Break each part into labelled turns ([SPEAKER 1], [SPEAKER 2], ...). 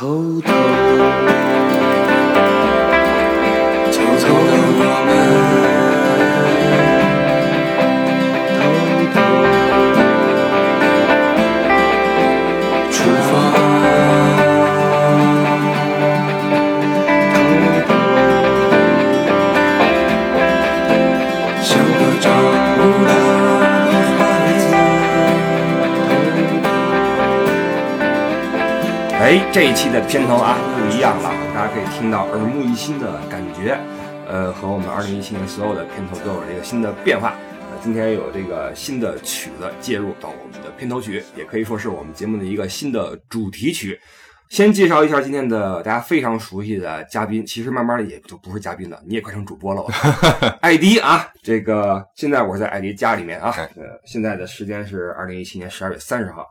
[SPEAKER 1] 偷偷，偷偷的我们，偷偷出发，偷偷像个长不大的孩子。
[SPEAKER 2] 哎，这一期的片头啊不一样了，大家可以听到耳目一新的感觉，呃，和我们二零一七年所有的片头都有了一个新的变化。呃，今天有这个新的曲子介入到我们的片头曲，也可以说是我们节目的一个新的主题曲。先介绍一下今天的大家非常熟悉的嘉宾，其实慢慢的也就不是嘉宾了，你也快成主播了。我艾迪啊，这个现在我在艾迪家里面啊，
[SPEAKER 3] 哎
[SPEAKER 2] 呃，现在的时间是二零一七年十二月三十号，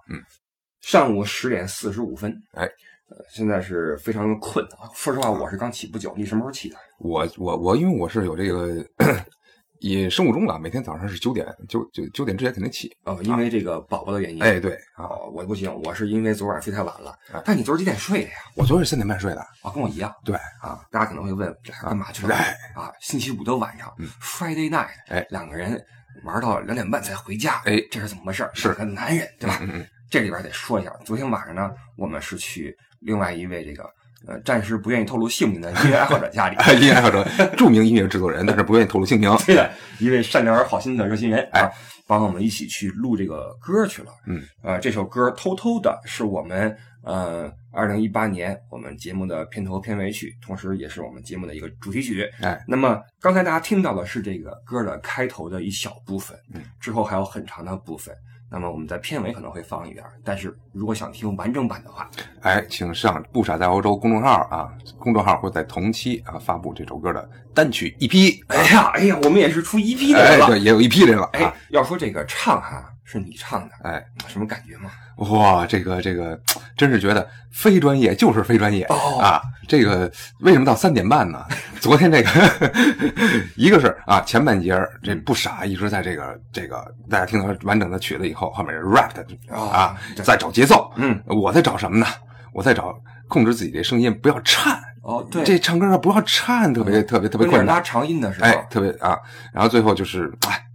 [SPEAKER 2] 上午十点四十五分。
[SPEAKER 3] 哎
[SPEAKER 2] 呃，现在是非常困啊。说实话，我是刚起不久。你什么时候起的？
[SPEAKER 3] 我我我，因为我是有这个 也生物钟了，每天早上是九点，九九九点之前肯定起。
[SPEAKER 2] 哦，因为这个宝宝的原因。
[SPEAKER 3] 哎，对啊，
[SPEAKER 2] 哦，我不行，我是因为昨晚睡太晚了
[SPEAKER 3] 哎。
[SPEAKER 2] 但你昨儿几点睡的呀？
[SPEAKER 3] 我昨天是三点半睡的。
[SPEAKER 2] 啊，跟我一样
[SPEAKER 3] 对，
[SPEAKER 2] 啊。大家可能会问，这还干嘛去了？
[SPEAKER 3] 哎
[SPEAKER 2] 啊，嗯星期五的晚上，Friday night，
[SPEAKER 3] 哎
[SPEAKER 2] 两个人玩到两点半才回家，
[SPEAKER 3] 哎
[SPEAKER 2] 这是怎么回事？
[SPEAKER 3] 是
[SPEAKER 2] 两个男人对吧？
[SPEAKER 3] 嗯嗯，
[SPEAKER 2] 这里边得说一下，昨天晚上呢，我们是去另外一位这个呃，暂时不愿意透露姓名的 音乐爱好者家里，
[SPEAKER 3] 哎 音乐爱好者，著名音乐制作人，但是不愿意透露姓名。
[SPEAKER 2] 对的，一位善良而好心的热心人，
[SPEAKER 3] 哎
[SPEAKER 2] 啊，帮我们一起去录这个歌去了。
[SPEAKER 3] 嗯，
[SPEAKER 2] 呃，这首歌偷偷的是我们呃二零一八年我们节目的片头片尾曲，同时也是我们节目的一个主题曲。
[SPEAKER 3] 哎，
[SPEAKER 2] 那么刚才大家听到的是这个歌的开头的一小部分，
[SPEAKER 3] 嗯，
[SPEAKER 2] 之后还有很长的部分。那么我们在片尾可能会放一点儿，但是如果想听完整版的话，
[SPEAKER 3] 哎，请上“不傻在欧洲”公众号啊，公众号会在同期啊发布这首歌的单曲一批。
[SPEAKER 2] 哎呀，哎呀，我们也是出 EP 的
[SPEAKER 3] 哎，
[SPEAKER 2] 人了。
[SPEAKER 3] 对，也有一批人了
[SPEAKER 2] 哎
[SPEAKER 3] 啊。，
[SPEAKER 2] 要说这个唱哈、是你唱的，
[SPEAKER 3] 哎，
[SPEAKER 2] 什么感觉吗？
[SPEAKER 3] 哇，这个这个，真是觉得非专业就是非专业、
[SPEAKER 2] 哦
[SPEAKER 3] 啊！这个为什么到三点半呢？ 昨天这个， 一个是啊，前半截儿
[SPEAKER 2] 嗯
[SPEAKER 3] 这不傻一直在这个这个，大家听到完整的曲子以后，后面是 rap 的、
[SPEAKER 2] 哦
[SPEAKER 3] 啊，
[SPEAKER 2] 对
[SPEAKER 3] 在找节奏。
[SPEAKER 2] 嗯，
[SPEAKER 3] 我在找什么呢？我在找控制自己这声音不要颤。
[SPEAKER 2] 哦，对，嗯
[SPEAKER 3] 这唱歌啊不要颤，特别特别特别
[SPEAKER 2] 有点
[SPEAKER 3] 困难
[SPEAKER 2] 拉。长音的时候，
[SPEAKER 3] 哎，特别啊，然后最后就是哎。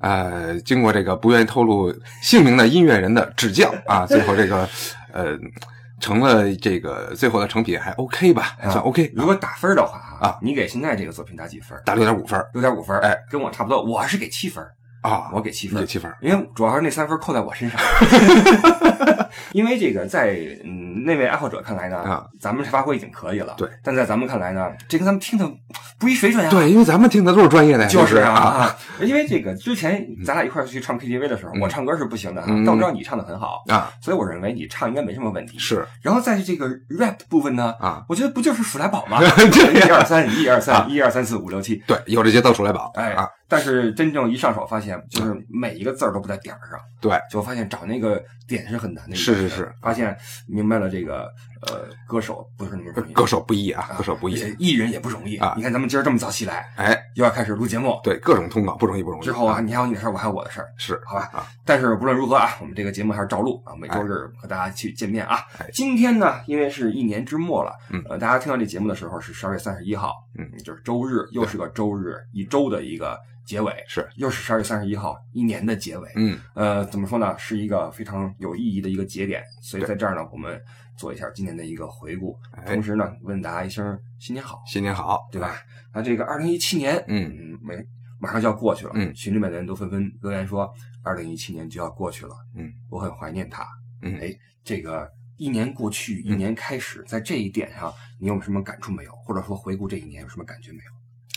[SPEAKER 3] 呃，经过这个不愿意透露姓名的音乐人的指教啊，最后这个呃成了这个最后的成品还 OK 吧，
[SPEAKER 2] 啊
[SPEAKER 3] 还算 OK，
[SPEAKER 2] 如果打分的话
[SPEAKER 3] 啊，
[SPEAKER 2] 你给现在这个作品打几分？
[SPEAKER 3] 打六点五分儿
[SPEAKER 2] 六点五分，
[SPEAKER 3] 哎，
[SPEAKER 2] 跟我差不多，我是给七分，
[SPEAKER 3] 啊，
[SPEAKER 2] 我给七
[SPEAKER 3] 你
[SPEAKER 2] 分
[SPEAKER 3] 给，七分儿，
[SPEAKER 2] 因为主要是那三分扣在我 身上。因为这个在嗯那位爱好者看来呢
[SPEAKER 3] 啊，
[SPEAKER 2] 咱们这发挥已经可以了，
[SPEAKER 3] 对。
[SPEAKER 2] 但在咱们看来呢，这跟咱们听的不一水准啊。
[SPEAKER 3] 对，因为咱们听的都是专业的呀，
[SPEAKER 2] 就
[SPEAKER 3] 就是啊，
[SPEAKER 2] 啊，因为这个之前咱俩一块儿去唱 KTV 的时候，
[SPEAKER 3] 嗯
[SPEAKER 2] 我唱歌是不行的啊，
[SPEAKER 3] 嗯
[SPEAKER 2] 但我知道你唱的很好，
[SPEAKER 3] 啊
[SPEAKER 2] 所以我认为你唱应该没什么问题。
[SPEAKER 3] 是
[SPEAKER 2] 然后在这个 rap 部分呢，
[SPEAKER 3] 啊，
[SPEAKER 2] 我觉得不就是数来宝 吗？
[SPEAKER 3] 对
[SPEAKER 2] 一
[SPEAKER 3] 呀
[SPEAKER 2] 二三，一二
[SPEAKER 3] 啊
[SPEAKER 2] 三，一二三四五六七。
[SPEAKER 3] 对，有这节奏出来宝，
[SPEAKER 2] 哎
[SPEAKER 3] 啊，，
[SPEAKER 2] 但是真正一上手，发现就是每一个字儿都不在点儿上，
[SPEAKER 3] 对，
[SPEAKER 2] 就发现找那个点是很难的一件事。
[SPEAKER 3] 是是是
[SPEAKER 2] 发现明白了这个呃，歌手不是那么容易，
[SPEAKER 3] 歌手不易啊
[SPEAKER 2] 啊，
[SPEAKER 3] 歌手不
[SPEAKER 2] 而且
[SPEAKER 3] 易，
[SPEAKER 2] 艺人也不容易
[SPEAKER 3] 啊
[SPEAKER 2] 你看咱们今儿这么早起来，
[SPEAKER 3] 哎，
[SPEAKER 2] 又要开始录节目，
[SPEAKER 3] 对，各种通稿不容易不容易，
[SPEAKER 2] 之后啊，你还有你的事儿，我还有我的事儿，
[SPEAKER 3] 是
[SPEAKER 2] 好吧
[SPEAKER 3] 啊？
[SPEAKER 2] 但是无论如何啊，我们这个节目还是照录啊，每周日和大家去见面啊
[SPEAKER 3] 哎。
[SPEAKER 2] 今天呢，因为是一年之末了
[SPEAKER 3] 嗯，
[SPEAKER 2] 呃，大家听到这节目的时候是十二月三十一号，
[SPEAKER 3] 嗯，
[SPEAKER 2] 就是周日，又是个周日，一周的一个结尾，
[SPEAKER 3] 是，
[SPEAKER 2] 又是十二月三十一号，一年的结尾。
[SPEAKER 3] 嗯，
[SPEAKER 2] 呃，怎么说呢？是一个非常有意义的一个节点，所以在这儿呢，我们做一下今年的一个回顾，
[SPEAKER 3] 哎
[SPEAKER 2] 同，时呢，问大家一声新年好。
[SPEAKER 3] 新年好，
[SPEAKER 2] 对吧？那这个二零一七年，
[SPEAKER 3] 嗯，
[SPEAKER 2] 没马上就要过去了，
[SPEAKER 3] 嗯
[SPEAKER 2] 群里面的人都纷纷留言说，二零一七年就要过去了，
[SPEAKER 3] 嗯，
[SPEAKER 2] 我很怀念他，
[SPEAKER 3] 嗯
[SPEAKER 2] 哎，这个一年过去，一年开始，在这一点上，你有什么感触没有？或者说回顾这一年有什么感觉没有？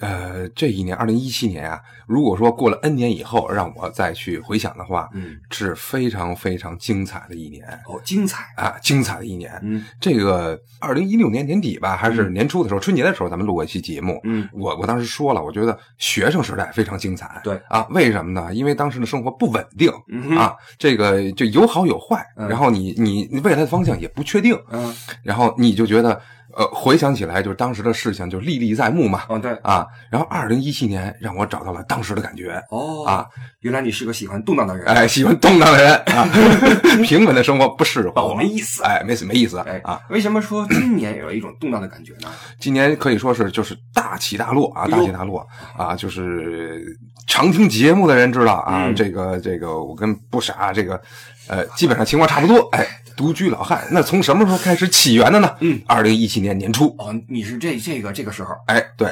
[SPEAKER 3] 呃，这一年二零一七年啊，如果说过了 N 年以后，让我再去回想的话，
[SPEAKER 2] 嗯，
[SPEAKER 3] 是非常非常精彩的一年
[SPEAKER 2] 哦，精彩，
[SPEAKER 3] 啊，精彩的一年。
[SPEAKER 2] 嗯
[SPEAKER 3] 这个二零一六年年底吧，还是
[SPEAKER 2] 嗯
[SPEAKER 3] 年初的时候，春节的时候，咱们录过一期节目。
[SPEAKER 2] 嗯，
[SPEAKER 3] 我我当时说了，我觉得学生时代非常精彩。
[SPEAKER 2] 对
[SPEAKER 3] 啊，为什么呢？因为当时的生活不稳定
[SPEAKER 2] 嗯哼，
[SPEAKER 3] 啊，这个就有好有坏，
[SPEAKER 2] 嗯
[SPEAKER 3] 然后你你你未来的方向也不确定，
[SPEAKER 2] 嗯
[SPEAKER 3] 然后你就觉得呃，回想起来就是当时的事情就历历在目嘛，
[SPEAKER 2] 哦，对，
[SPEAKER 3] 啊，然后二零一七年让我找到了当时的感觉，
[SPEAKER 2] 哦
[SPEAKER 3] 啊，
[SPEAKER 2] 原来你是个喜欢动荡的人，
[SPEAKER 3] 哎，喜欢动荡的人啊， 平稳的生活不适合
[SPEAKER 2] 哦，
[SPEAKER 3] 我，
[SPEAKER 2] 没意思。
[SPEAKER 3] 哎，没没意思
[SPEAKER 2] 哎
[SPEAKER 3] 啊，，
[SPEAKER 2] 为什么说今年有一种动荡的感觉呢？
[SPEAKER 3] 今年可以说是就是大起大落啊，
[SPEAKER 2] 哎呦
[SPEAKER 3] 大起大落啊，就是常听节目的人知道啊，
[SPEAKER 2] 嗯
[SPEAKER 3] 这个这个我跟不傻这个，呃，基本上情况差不多。哎，独居老汉，那从什么时候开始起源的呢？
[SPEAKER 2] 嗯，
[SPEAKER 3] 二零一七年年初。
[SPEAKER 2] 哦，你是这这个这个时候，
[SPEAKER 3] 哎，对，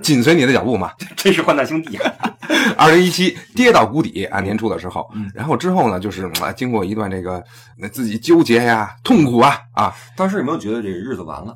[SPEAKER 3] 紧随你的脚步嘛。
[SPEAKER 2] 真是患难兄弟 啊！
[SPEAKER 3] 二零一七跌到谷底啊，
[SPEAKER 2] 嗯
[SPEAKER 3] 年初的时候，然后之后呢，就是啊，经过一段这个呃自己纠结呀、痛苦啊啊，
[SPEAKER 2] 当时有没有觉得这日子完了？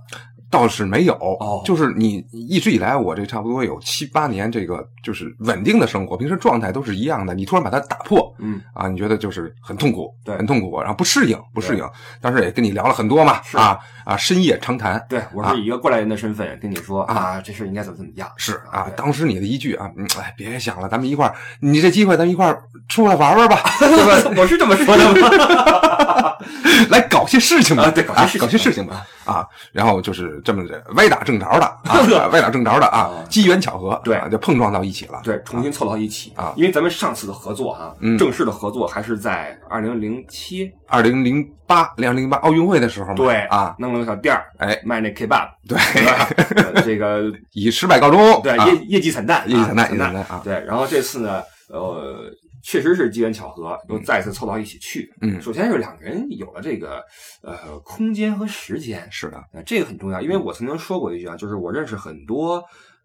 [SPEAKER 3] 倒是没有，
[SPEAKER 2] 哦
[SPEAKER 3] 就是你一直以来，我这差不多有七八年，这个就是稳定的生活，平时状态都是一样的。你突然把它打破
[SPEAKER 2] 嗯，
[SPEAKER 3] 啊，你觉得就是很痛苦，
[SPEAKER 2] 对
[SPEAKER 3] 很痛苦，然后不适应，不适
[SPEAKER 2] 对
[SPEAKER 3] 应。当时也跟你聊了很多嘛，
[SPEAKER 2] 是
[SPEAKER 3] 啊啊，深夜长谈，
[SPEAKER 2] 对我是以一个过来人的身份跟你说啊，这事儿应该怎么怎么样？
[SPEAKER 3] 啊是啊，
[SPEAKER 2] 对
[SPEAKER 3] 当时你的一句啊，嗯，哎，别想了，咱们一块儿，你这机会咱们一块儿出来玩玩吧，对吧？
[SPEAKER 2] 我是这么说的吗？
[SPEAKER 3] 来搞些事情吧，
[SPEAKER 2] 啊对搞些事情
[SPEAKER 3] 搞些事情吧，啊，然后就是这么着歪打正着的， 啊歪打正着的啊，机缘巧合，
[SPEAKER 2] 哦对
[SPEAKER 3] 啊就碰撞到一起了，
[SPEAKER 2] 对，重新凑到一起
[SPEAKER 3] 啊
[SPEAKER 2] 因为咱们上次的合作啊，
[SPEAKER 3] 嗯
[SPEAKER 2] 正式的合作还是在二零零七，
[SPEAKER 3] 二零零八两零八奥运会的时候嘛，
[SPEAKER 2] 对
[SPEAKER 3] 啊，，
[SPEAKER 2] 弄了个小店儿，
[SPEAKER 3] 哎，
[SPEAKER 2] 卖那 kebab，
[SPEAKER 3] 对，
[SPEAKER 2] 对吧 呃这个
[SPEAKER 3] 以失败告终，
[SPEAKER 2] 对
[SPEAKER 3] 啊
[SPEAKER 2] 业业绩惨淡，
[SPEAKER 3] 业绩惨淡
[SPEAKER 2] 啊
[SPEAKER 3] 业绩惨淡啊
[SPEAKER 2] 对，然后这次呢，呃，确实是机缘巧合，又再次凑到一起去。
[SPEAKER 3] 嗯
[SPEAKER 2] 首先是两个人有了这个呃空间和时间，
[SPEAKER 3] 是的，
[SPEAKER 2] 呃，这个很重要，因为我曾经说过一句啊，就是我认识很多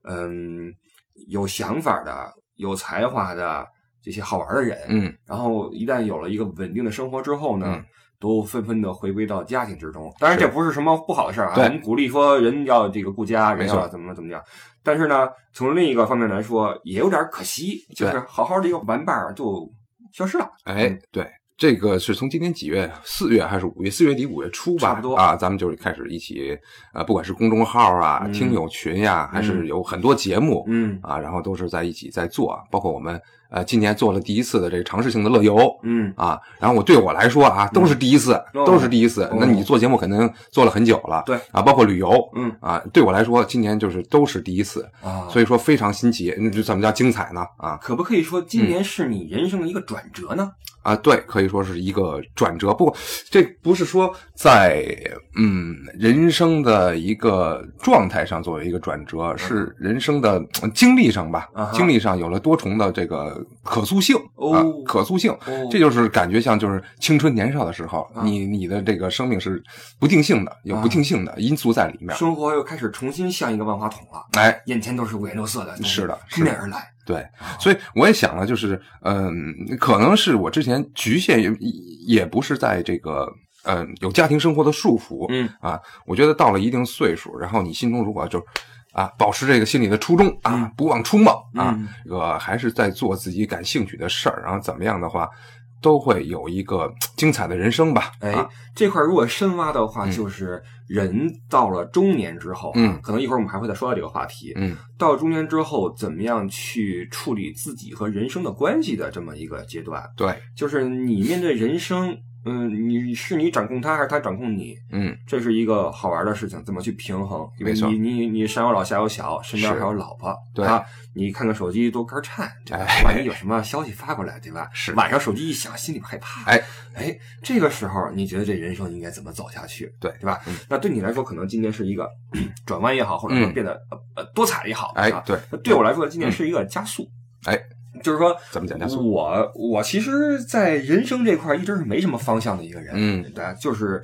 [SPEAKER 2] 嗯有想法的、有才华的这些好玩的人，
[SPEAKER 3] 嗯，
[SPEAKER 2] 然后一旦有了一个稳定的生活之后呢，
[SPEAKER 3] 嗯
[SPEAKER 2] 都纷纷的回归到家庭之中。当然，这不是什么不好的事儿啊，我
[SPEAKER 3] 对
[SPEAKER 2] 们鼓励说人要这个顾家，人
[SPEAKER 3] 没错
[SPEAKER 2] 要怎么怎么样。但是呢，从另一个方面来说，也有点可惜，就是好好的一个玩伴儿就消失了。
[SPEAKER 3] 哎，对。这个是从今年几月，四月还是五月？四月底五月初吧，
[SPEAKER 2] 差不多
[SPEAKER 3] 啊，咱们就是开始一起，呃，不管是公众号啊、
[SPEAKER 2] 嗯
[SPEAKER 3] 听友群呀、还是有很多节目，
[SPEAKER 2] 嗯
[SPEAKER 3] 啊，然后都是在一起在做，啊包括我们呃今年做了第一次的这个尝试性的乐游
[SPEAKER 2] 嗯，
[SPEAKER 3] 啊，然后我对我来说啊都是第一次，
[SPEAKER 2] 哦
[SPEAKER 3] 都是第一次。那你做节目肯定做了很久了，
[SPEAKER 2] 对
[SPEAKER 3] 啊，包括旅游，
[SPEAKER 2] 嗯
[SPEAKER 3] 啊，对我来说今年就是都是第一次，
[SPEAKER 2] 啊，
[SPEAKER 3] 所以说非常新奇，那就怎么叫精彩呢？啊
[SPEAKER 2] 可不可以说今年是你人生的一个转折呢？
[SPEAKER 3] 啊，对，可以说是一个转折，不过这不是说在嗯人生的一个状态上作为一个转折，是人生的呃经历上吧
[SPEAKER 2] 嗯啊，哈
[SPEAKER 3] 经历上有了多重的这个可塑性
[SPEAKER 2] 哦
[SPEAKER 3] 啊，可塑性。
[SPEAKER 2] 哦
[SPEAKER 3] 这就是感觉像就是青春年少的时候，
[SPEAKER 2] 啊
[SPEAKER 3] 你你的这个生命是不定性的，有不定性的因素在里面。
[SPEAKER 2] 生活又开始重新像一个万花筒了，
[SPEAKER 3] 哎，
[SPEAKER 2] 眼前都是五颜六色的，
[SPEAKER 3] 是的
[SPEAKER 2] 扑面而来。
[SPEAKER 3] 对，
[SPEAKER 2] 哦
[SPEAKER 3] 所以我也想了，就是嗯，可能是我之前局限于也不是在这个嗯有家庭生活的束缚，
[SPEAKER 2] 嗯
[SPEAKER 3] 啊，我觉得到了一定岁数，然后你心中如果就。啊，保持这个心里的初衷啊，
[SPEAKER 2] 嗯
[SPEAKER 3] 不忘初梦啊
[SPEAKER 2] 嗯，
[SPEAKER 3] 这个还是在做自己感兴趣的事儿，然后怎么样的话，都会有一个嘖精彩的人生吧。
[SPEAKER 2] 哎，
[SPEAKER 3] 啊，
[SPEAKER 2] 这块儿如果深挖的话，
[SPEAKER 3] 嗯
[SPEAKER 2] 就是人到了中年之后、啊，
[SPEAKER 3] 嗯
[SPEAKER 2] 可能一会儿我们还会再说到这个话题。
[SPEAKER 3] 嗯，
[SPEAKER 2] 到了中年之后，怎么样去处理自己和人生的关系的这么一个阶段，
[SPEAKER 3] 对，
[SPEAKER 2] 就是你面对人生，嗯，你是你掌控他，还是他掌控你？
[SPEAKER 3] 嗯，
[SPEAKER 2] 这是一个好玩的事情，怎么去平衡？因为
[SPEAKER 3] 没错
[SPEAKER 2] 你你你上有老下有小，身边
[SPEAKER 3] 是
[SPEAKER 2] 还有老婆，
[SPEAKER 3] 对
[SPEAKER 2] 啊，你看看手机多肝颤，对吧
[SPEAKER 3] 哎？
[SPEAKER 2] 万一有什么消息发过来，对吧？
[SPEAKER 3] 是
[SPEAKER 2] 晚上手机一响，心里边害怕。
[SPEAKER 3] 哎
[SPEAKER 2] 哎，这个时候你觉得这人生应该怎么走下去？
[SPEAKER 3] 对
[SPEAKER 2] 对吧
[SPEAKER 3] 嗯？
[SPEAKER 2] 那对你来说，可能今年是一个 转弯也好，或者说
[SPEAKER 3] 嗯
[SPEAKER 2] 变得呃呃多彩也好，
[SPEAKER 3] 哎
[SPEAKER 2] 啊，
[SPEAKER 3] 对，
[SPEAKER 2] 那对我来说，今年是一个加速。
[SPEAKER 3] 哎，
[SPEAKER 2] 就是说，
[SPEAKER 3] 怎么讲加速
[SPEAKER 2] 我我其实，在人生这块儿一直是没什么方向的一个人，
[SPEAKER 3] 嗯
[SPEAKER 2] 对，就是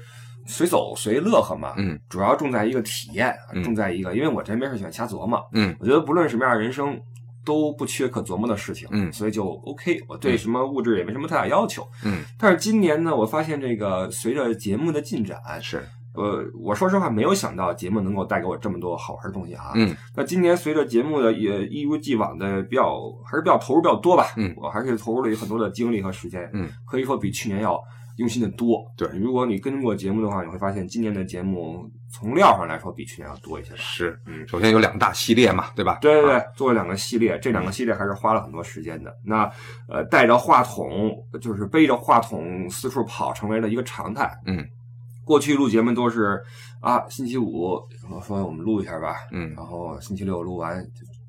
[SPEAKER 2] 随走随乐呵嘛，
[SPEAKER 3] 嗯，
[SPEAKER 2] 主要重在一个体验，
[SPEAKER 3] 嗯
[SPEAKER 2] 重在一个，因为我这没事喜欢瞎琢磨，
[SPEAKER 3] 嗯，
[SPEAKER 2] 我觉得不论什么样的人生。都不缺可琢磨的事情，
[SPEAKER 3] 嗯
[SPEAKER 2] 所以就 OK。我对
[SPEAKER 3] 嗯
[SPEAKER 2] 什么物质也没什么太大要求，
[SPEAKER 3] 嗯，
[SPEAKER 2] 但是今年呢，我发现这个随着节目的进展，
[SPEAKER 3] 嗯是，
[SPEAKER 2] 呃，我说实话没有想到节目能够带给我这么多好玩的东西啊，
[SPEAKER 3] 嗯，
[SPEAKER 2] 那今年随着节目的也一如既往的比较，还是比较投入比较多吧。
[SPEAKER 3] 嗯
[SPEAKER 2] 我还是投入了很多的精力和时间。
[SPEAKER 3] 嗯，
[SPEAKER 2] 可以说比去年要用心的多。
[SPEAKER 3] 对
[SPEAKER 2] 如果你跟过节目的话，你会发现今年的节目从料上来说比去年要多一些吧。
[SPEAKER 3] 是，
[SPEAKER 2] 嗯
[SPEAKER 3] 首先有两大系列嘛，对吧？
[SPEAKER 2] 对对
[SPEAKER 3] 啊嗯
[SPEAKER 2] 对，做了两个系列，这两个系列还是花了很多时间的。那呃，带着话筒，就是背着话筒四处跑，成为了一个常态。
[SPEAKER 3] 嗯，
[SPEAKER 2] 过去录节目都是啊，星期五我说我们录一下吧，
[SPEAKER 3] 嗯
[SPEAKER 2] 然后星期六录完，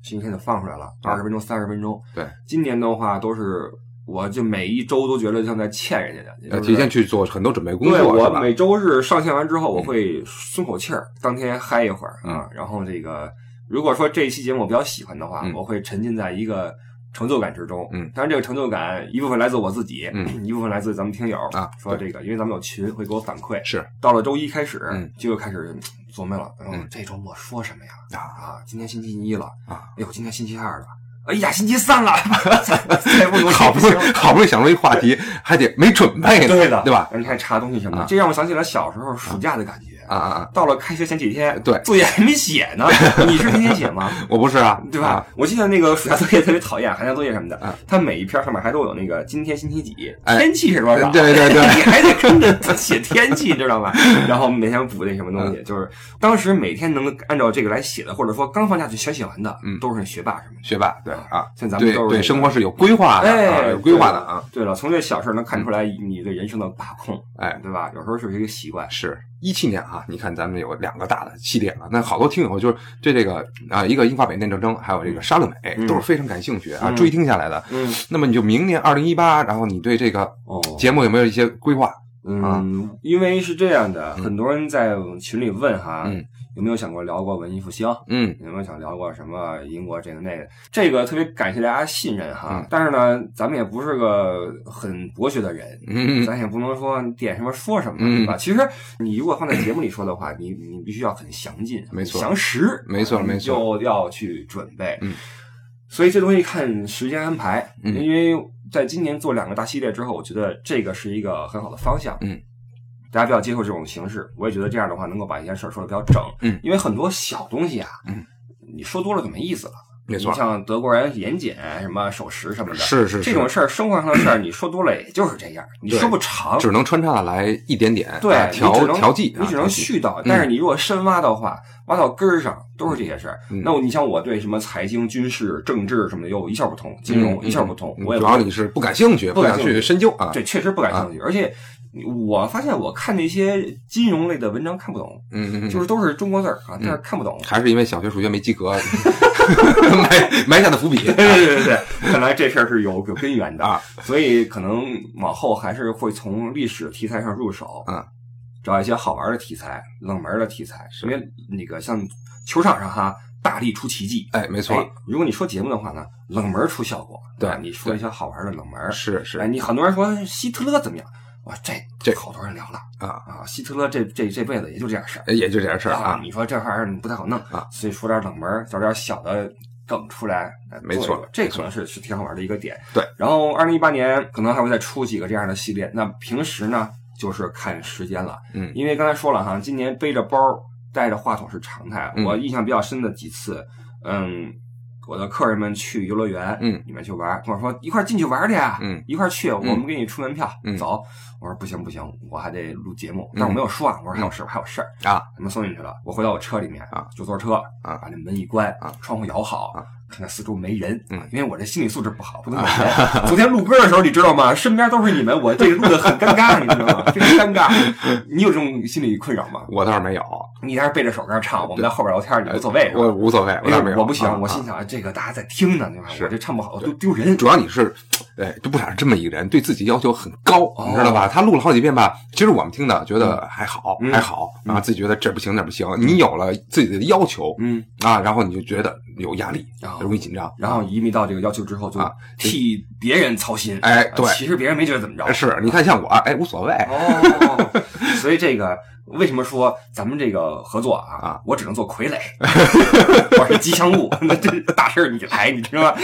[SPEAKER 2] 星期天就放出来了，二十分钟、三十分钟。
[SPEAKER 3] 啊对，
[SPEAKER 2] 今年的话都是，我就每一周都觉得像在欠人家的，也
[SPEAKER 3] 呃，
[SPEAKER 2] 就是
[SPEAKER 3] 提前去做很多准备工
[SPEAKER 2] 对
[SPEAKER 3] 作
[SPEAKER 2] 我
[SPEAKER 3] 是吧？嗯
[SPEAKER 2] 每周日上线完之后，我会松口气儿，当天嗨一会儿啊。然后这个，如果说这一期节目我比较喜欢的话，
[SPEAKER 3] 嗯
[SPEAKER 2] 我会沉浸在一个成就感之中。
[SPEAKER 3] 嗯
[SPEAKER 2] 当然这个成就感一部分来自我自己，
[SPEAKER 3] 嗯
[SPEAKER 2] 一部分来自咱们听友
[SPEAKER 3] 啊
[SPEAKER 2] 说这个，因为咱们有群会给我反馈。
[SPEAKER 3] 是
[SPEAKER 2] 到了周一开始，
[SPEAKER 3] 嗯
[SPEAKER 2] 就又开始琢磨了，嗯
[SPEAKER 3] 嗯
[SPEAKER 2] 这周末说什么呀？
[SPEAKER 3] 啊
[SPEAKER 2] 啊，今天星期一了，
[SPEAKER 3] 啊，
[SPEAKER 2] 哎呦，今天星期二了，哎呀，星期 三了，再不努力
[SPEAKER 3] 好
[SPEAKER 2] 不
[SPEAKER 3] 不容
[SPEAKER 2] 行。
[SPEAKER 3] 易好不容易想出一话题，还得没准备呢，
[SPEAKER 2] 对
[SPEAKER 3] 对
[SPEAKER 2] 的，
[SPEAKER 3] 吧？
[SPEAKER 2] 你看查东西什么的，
[SPEAKER 3] 啊
[SPEAKER 2] 这让我想起来小时候暑假的感觉。
[SPEAKER 3] 啊啊啊！
[SPEAKER 2] 到了开学前几天，
[SPEAKER 3] 对
[SPEAKER 2] 作业还没写 呢。你是天天写吗？
[SPEAKER 3] 我不是啊，
[SPEAKER 2] 对吧
[SPEAKER 3] 啊？？
[SPEAKER 2] 我记得那个暑假作业特别讨厌，寒假作业什么的
[SPEAKER 3] 啊，
[SPEAKER 2] 它每一篇上面还都有那个今天星期几，
[SPEAKER 3] 哎
[SPEAKER 2] 天气是多少？
[SPEAKER 3] 对对对
[SPEAKER 2] 你还得跟着写天气，知道吧？ 然后每天补那什么东
[SPEAKER 3] 嗯
[SPEAKER 2] 西，就是当时每天能按照这个来写的，或者说刚放假就全写完的，
[SPEAKER 3] 嗯
[SPEAKER 2] 都是学霸什么的。
[SPEAKER 3] 学霸对啊，
[SPEAKER 2] 像咱们
[SPEAKER 3] 对
[SPEAKER 2] 都是
[SPEAKER 3] 对，
[SPEAKER 2] 这个
[SPEAKER 3] 生活是有规划的啊，
[SPEAKER 2] 哎，
[SPEAKER 3] 有规划的啊，嗯
[SPEAKER 2] 对了。对了，从这小事儿能看出来你对人生的把控，
[SPEAKER 3] 哎，
[SPEAKER 2] 对吧？有时候是一个习惯。
[SPEAKER 3] 是一七年啊，你看咱们有两个大的系列了，那好多听友就是对这个啊、一个英法美念正争，还有这个沙乐美、
[SPEAKER 2] 嗯
[SPEAKER 3] 都是非常感兴趣啊，
[SPEAKER 2] 嗯
[SPEAKER 3] 追听下来的。
[SPEAKER 2] 嗯，
[SPEAKER 3] 那么你就明年二零一八，然后你对这个
[SPEAKER 2] 哦，
[SPEAKER 3] 节目有没有一些规划？
[SPEAKER 2] 嗯，因为是这样的，
[SPEAKER 3] 啊嗯
[SPEAKER 2] 很多人在群里问哈，
[SPEAKER 3] 嗯
[SPEAKER 2] 有没有想过聊过文艺复兴？
[SPEAKER 3] 嗯
[SPEAKER 2] 有没有想聊过什么英国这个那个？这个特别感谢大家信任哈。
[SPEAKER 3] 嗯
[SPEAKER 2] 但是呢，咱们也不是个很博学的人，
[SPEAKER 3] 嗯
[SPEAKER 2] 咱也不能说你点什么说什么，
[SPEAKER 3] 嗯
[SPEAKER 2] 对吧？其实你如果放在节目里说的话，你你必须要很详尽、
[SPEAKER 3] 没错
[SPEAKER 2] 详实，啊
[SPEAKER 3] 没错没错
[SPEAKER 2] 就要去准备。
[SPEAKER 3] 嗯
[SPEAKER 2] 所以这东西看时间安排，
[SPEAKER 3] 嗯
[SPEAKER 2] 因为在今年做两个大系列之后，我觉得这个是一个很好的方向。
[SPEAKER 3] 嗯。
[SPEAKER 2] 大家比较接受这种形式，我也觉得这样的话能够把一件事儿说的比较整。
[SPEAKER 3] 嗯
[SPEAKER 2] 因为很多小东西啊，
[SPEAKER 3] 嗯，
[SPEAKER 2] 你说多了就没意思了。
[SPEAKER 3] 没错
[SPEAKER 2] 你像德国人盐碱什么守时什么的，
[SPEAKER 3] 是是
[SPEAKER 2] 这
[SPEAKER 3] 是
[SPEAKER 2] 种事儿，生活上的事儿，你说多了也就是这样，你
[SPEAKER 3] 对
[SPEAKER 2] 说不长，
[SPEAKER 3] 只能穿插来一点点，
[SPEAKER 2] 哦对
[SPEAKER 3] 啊，
[SPEAKER 2] 你只
[SPEAKER 3] 调
[SPEAKER 2] 能
[SPEAKER 3] 调剂，嗯
[SPEAKER 2] 你只能
[SPEAKER 3] 去
[SPEAKER 2] 絮叨。但是你如果深挖的话，挖到根儿上都是这些事儿
[SPEAKER 3] 嗯。
[SPEAKER 2] 那我你像我对什么财经、军事、政治什么的，又一窍不通，金融一窍不通，我也
[SPEAKER 3] 嗯主
[SPEAKER 2] 不
[SPEAKER 3] 要你是不感兴趣，
[SPEAKER 2] 不
[SPEAKER 3] 不
[SPEAKER 2] 感
[SPEAKER 3] 想
[SPEAKER 2] 兴趣
[SPEAKER 3] 去深究啊。
[SPEAKER 2] 对，确实不感兴趣。而且我发现我看那些金融类的文章看不懂，
[SPEAKER 3] 嗯嗯嗯，
[SPEAKER 2] 就是都是中国字儿啊，但是看不懂。
[SPEAKER 3] 还是因为小学数学没及格 埋埋下的伏笔。
[SPEAKER 2] 对对对对，看来这事儿是有有根源的
[SPEAKER 3] 啊，
[SPEAKER 2] 所以可能往后还是会从历史题材上入手，
[SPEAKER 3] 嗯，
[SPEAKER 2] 找一些好玩的题材、冷门的题材，因为那个像球场上哈，大力出奇迹。
[SPEAKER 3] 哎，没错，
[SPEAKER 2] 哎，如果你说节目的话呢，冷门出效果，
[SPEAKER 3] 对
[SPEAKER 2] 啊你说一
[SPEAKER 3] 对
[SPEAKER 2] 些好玩的冷门，
[SPEAKER 3] 是是
[SPEAKER 2] 哎，你很多人说希特勒怎么样？哇，这
[SPEAKER 3] 这
[SPEAKER 2] 好多人聊了
[SPEAKER 3] 啊，
[SPEAKER 2] 啊，希特勒这这这辈子也就这样事儿，
[SPEAKER 3] 也就这点事儿啊。
[SPEAKER 2] 你说这玩意儿不太好弄
[SPEAKER 3] 啊
[SPEAKER 2] 所以说点冷门儿，找点小的梗出来，哎
[SPEAKER 3] 没
[SPEAKER 2] 做一
[SPEAKER 3] 错
[SPEAKER 2] 做这可能是是挺好玩的一个点。
[SPEAKER 3] 对，
[SPEAKER 2] 然后二零一八年可能还会再出几个这样的系列。那平时呢，就是看时间了，
[SPEAKER 3] 嗯
[SPEAKER 2] 因为刚才说了哈，今年背着包带着话筒是常态。
[SPEAKER 3] 嗯
[SPEAKER 2] 我印象比较深的几次，嗯。我的客人们去游乐园，
[SPEAKER 3] 嗯
[SPEAKER 2] 里面去玩，跟我说一块儿进去玩去呀，
[SPEAKER 3] 嗯
[SPEAKER 2] 一块儿去，我们给你出门票，
[SPEAKER 3] 嗯
[SPEAKER 2] 走。我说不行不行，我还得录节目，
[SPEAKER 3] 嗯
[SPEAKER 2] 但我没有说啊，我说还有事儿，还有事儿，
[SPEAKER 3] 啊，
[SPEAKER 2] 他们送进去了。我回到我车里面
[SPEAKER 3] 啊，
[SPEAKER 2] 就坐车
[SPEAKER 3] 啊
[SPEAKER 2] 把那门一关
[SPEAKER 3] 啊，
[SPEAKER 2] 窗户摇好
[SPEAKER 3] 啊，
[SPEAKER 2] 看看四周没人
[SPEAKER 3] 嗯
[SPEAKER 2] 啊，因为我这心理素质不好， 不能有人。昨天录歌的时候，你知道吗？身边都是你们，我这录的很尴尬，你知道吗？非常尴尬。你有这种心理困扰吗？
[SPEAKER 3] 我倒是没有，
[SPEAKER 2] 你在这背着手跟那唱，我们在后边聊天，你无所谓是吧？
[SPEAKER 3] 我无所谓，我
[SPEAKER 2] 因
[SPEAKER 3] 倒
[SPEAKER 2] 为
[SPEAKER 3] 是没有。
[SPEAKER 2] 哎我不行
[SPEAKER 3] 啊，
[SPEAKER 2] 我
[SPEAKER 3] 啊
[SPEAKER 2] 心想这个大家在听呢，对吧？
[SPEAKER 3] 是
[SPEAKER 2] 我这唱不好都丢人。
[SPEAKER 3] 主要你是，哎，就不想是这么一个人，对自己要求很高，
[SPEAKER 2] 哦
[SPEAKER 3] 你知道吧？他录了好几遍吧，其实我们听的觉得还好，
[SPEAKER 2] 嗯
[SPEAKER 3] 还好，然后自己觉得这不行那不行，你有了自己的要求、
[SPEAKER 2] 嗯，
[SPEAKER 3] 啊，然后你就觉得有压力，
[SPEAKER 2] 啊
[SPEAKER 3] 嗯容易紧张，
[SPEAKER 2] 然后移民到这个要求之后，就
[SPEAKER 3] 啊
[SPEAKER 2] 替别人操心。啊
[SPEAKER 3] 哎对呃
[SPEAKER 2] 其实别人没觉得怎么着。
[SPEAKER 3] 是你看像我，哎，无所谓，
[SPEAKER 2] 哦，所以这个为什么说咱们这个合作啊？
[SPEAKER 3] 啊
[SPEAKER 2] 我只能做傀儡， 我是吉 祥物。那这大事儿你来，你知道吧？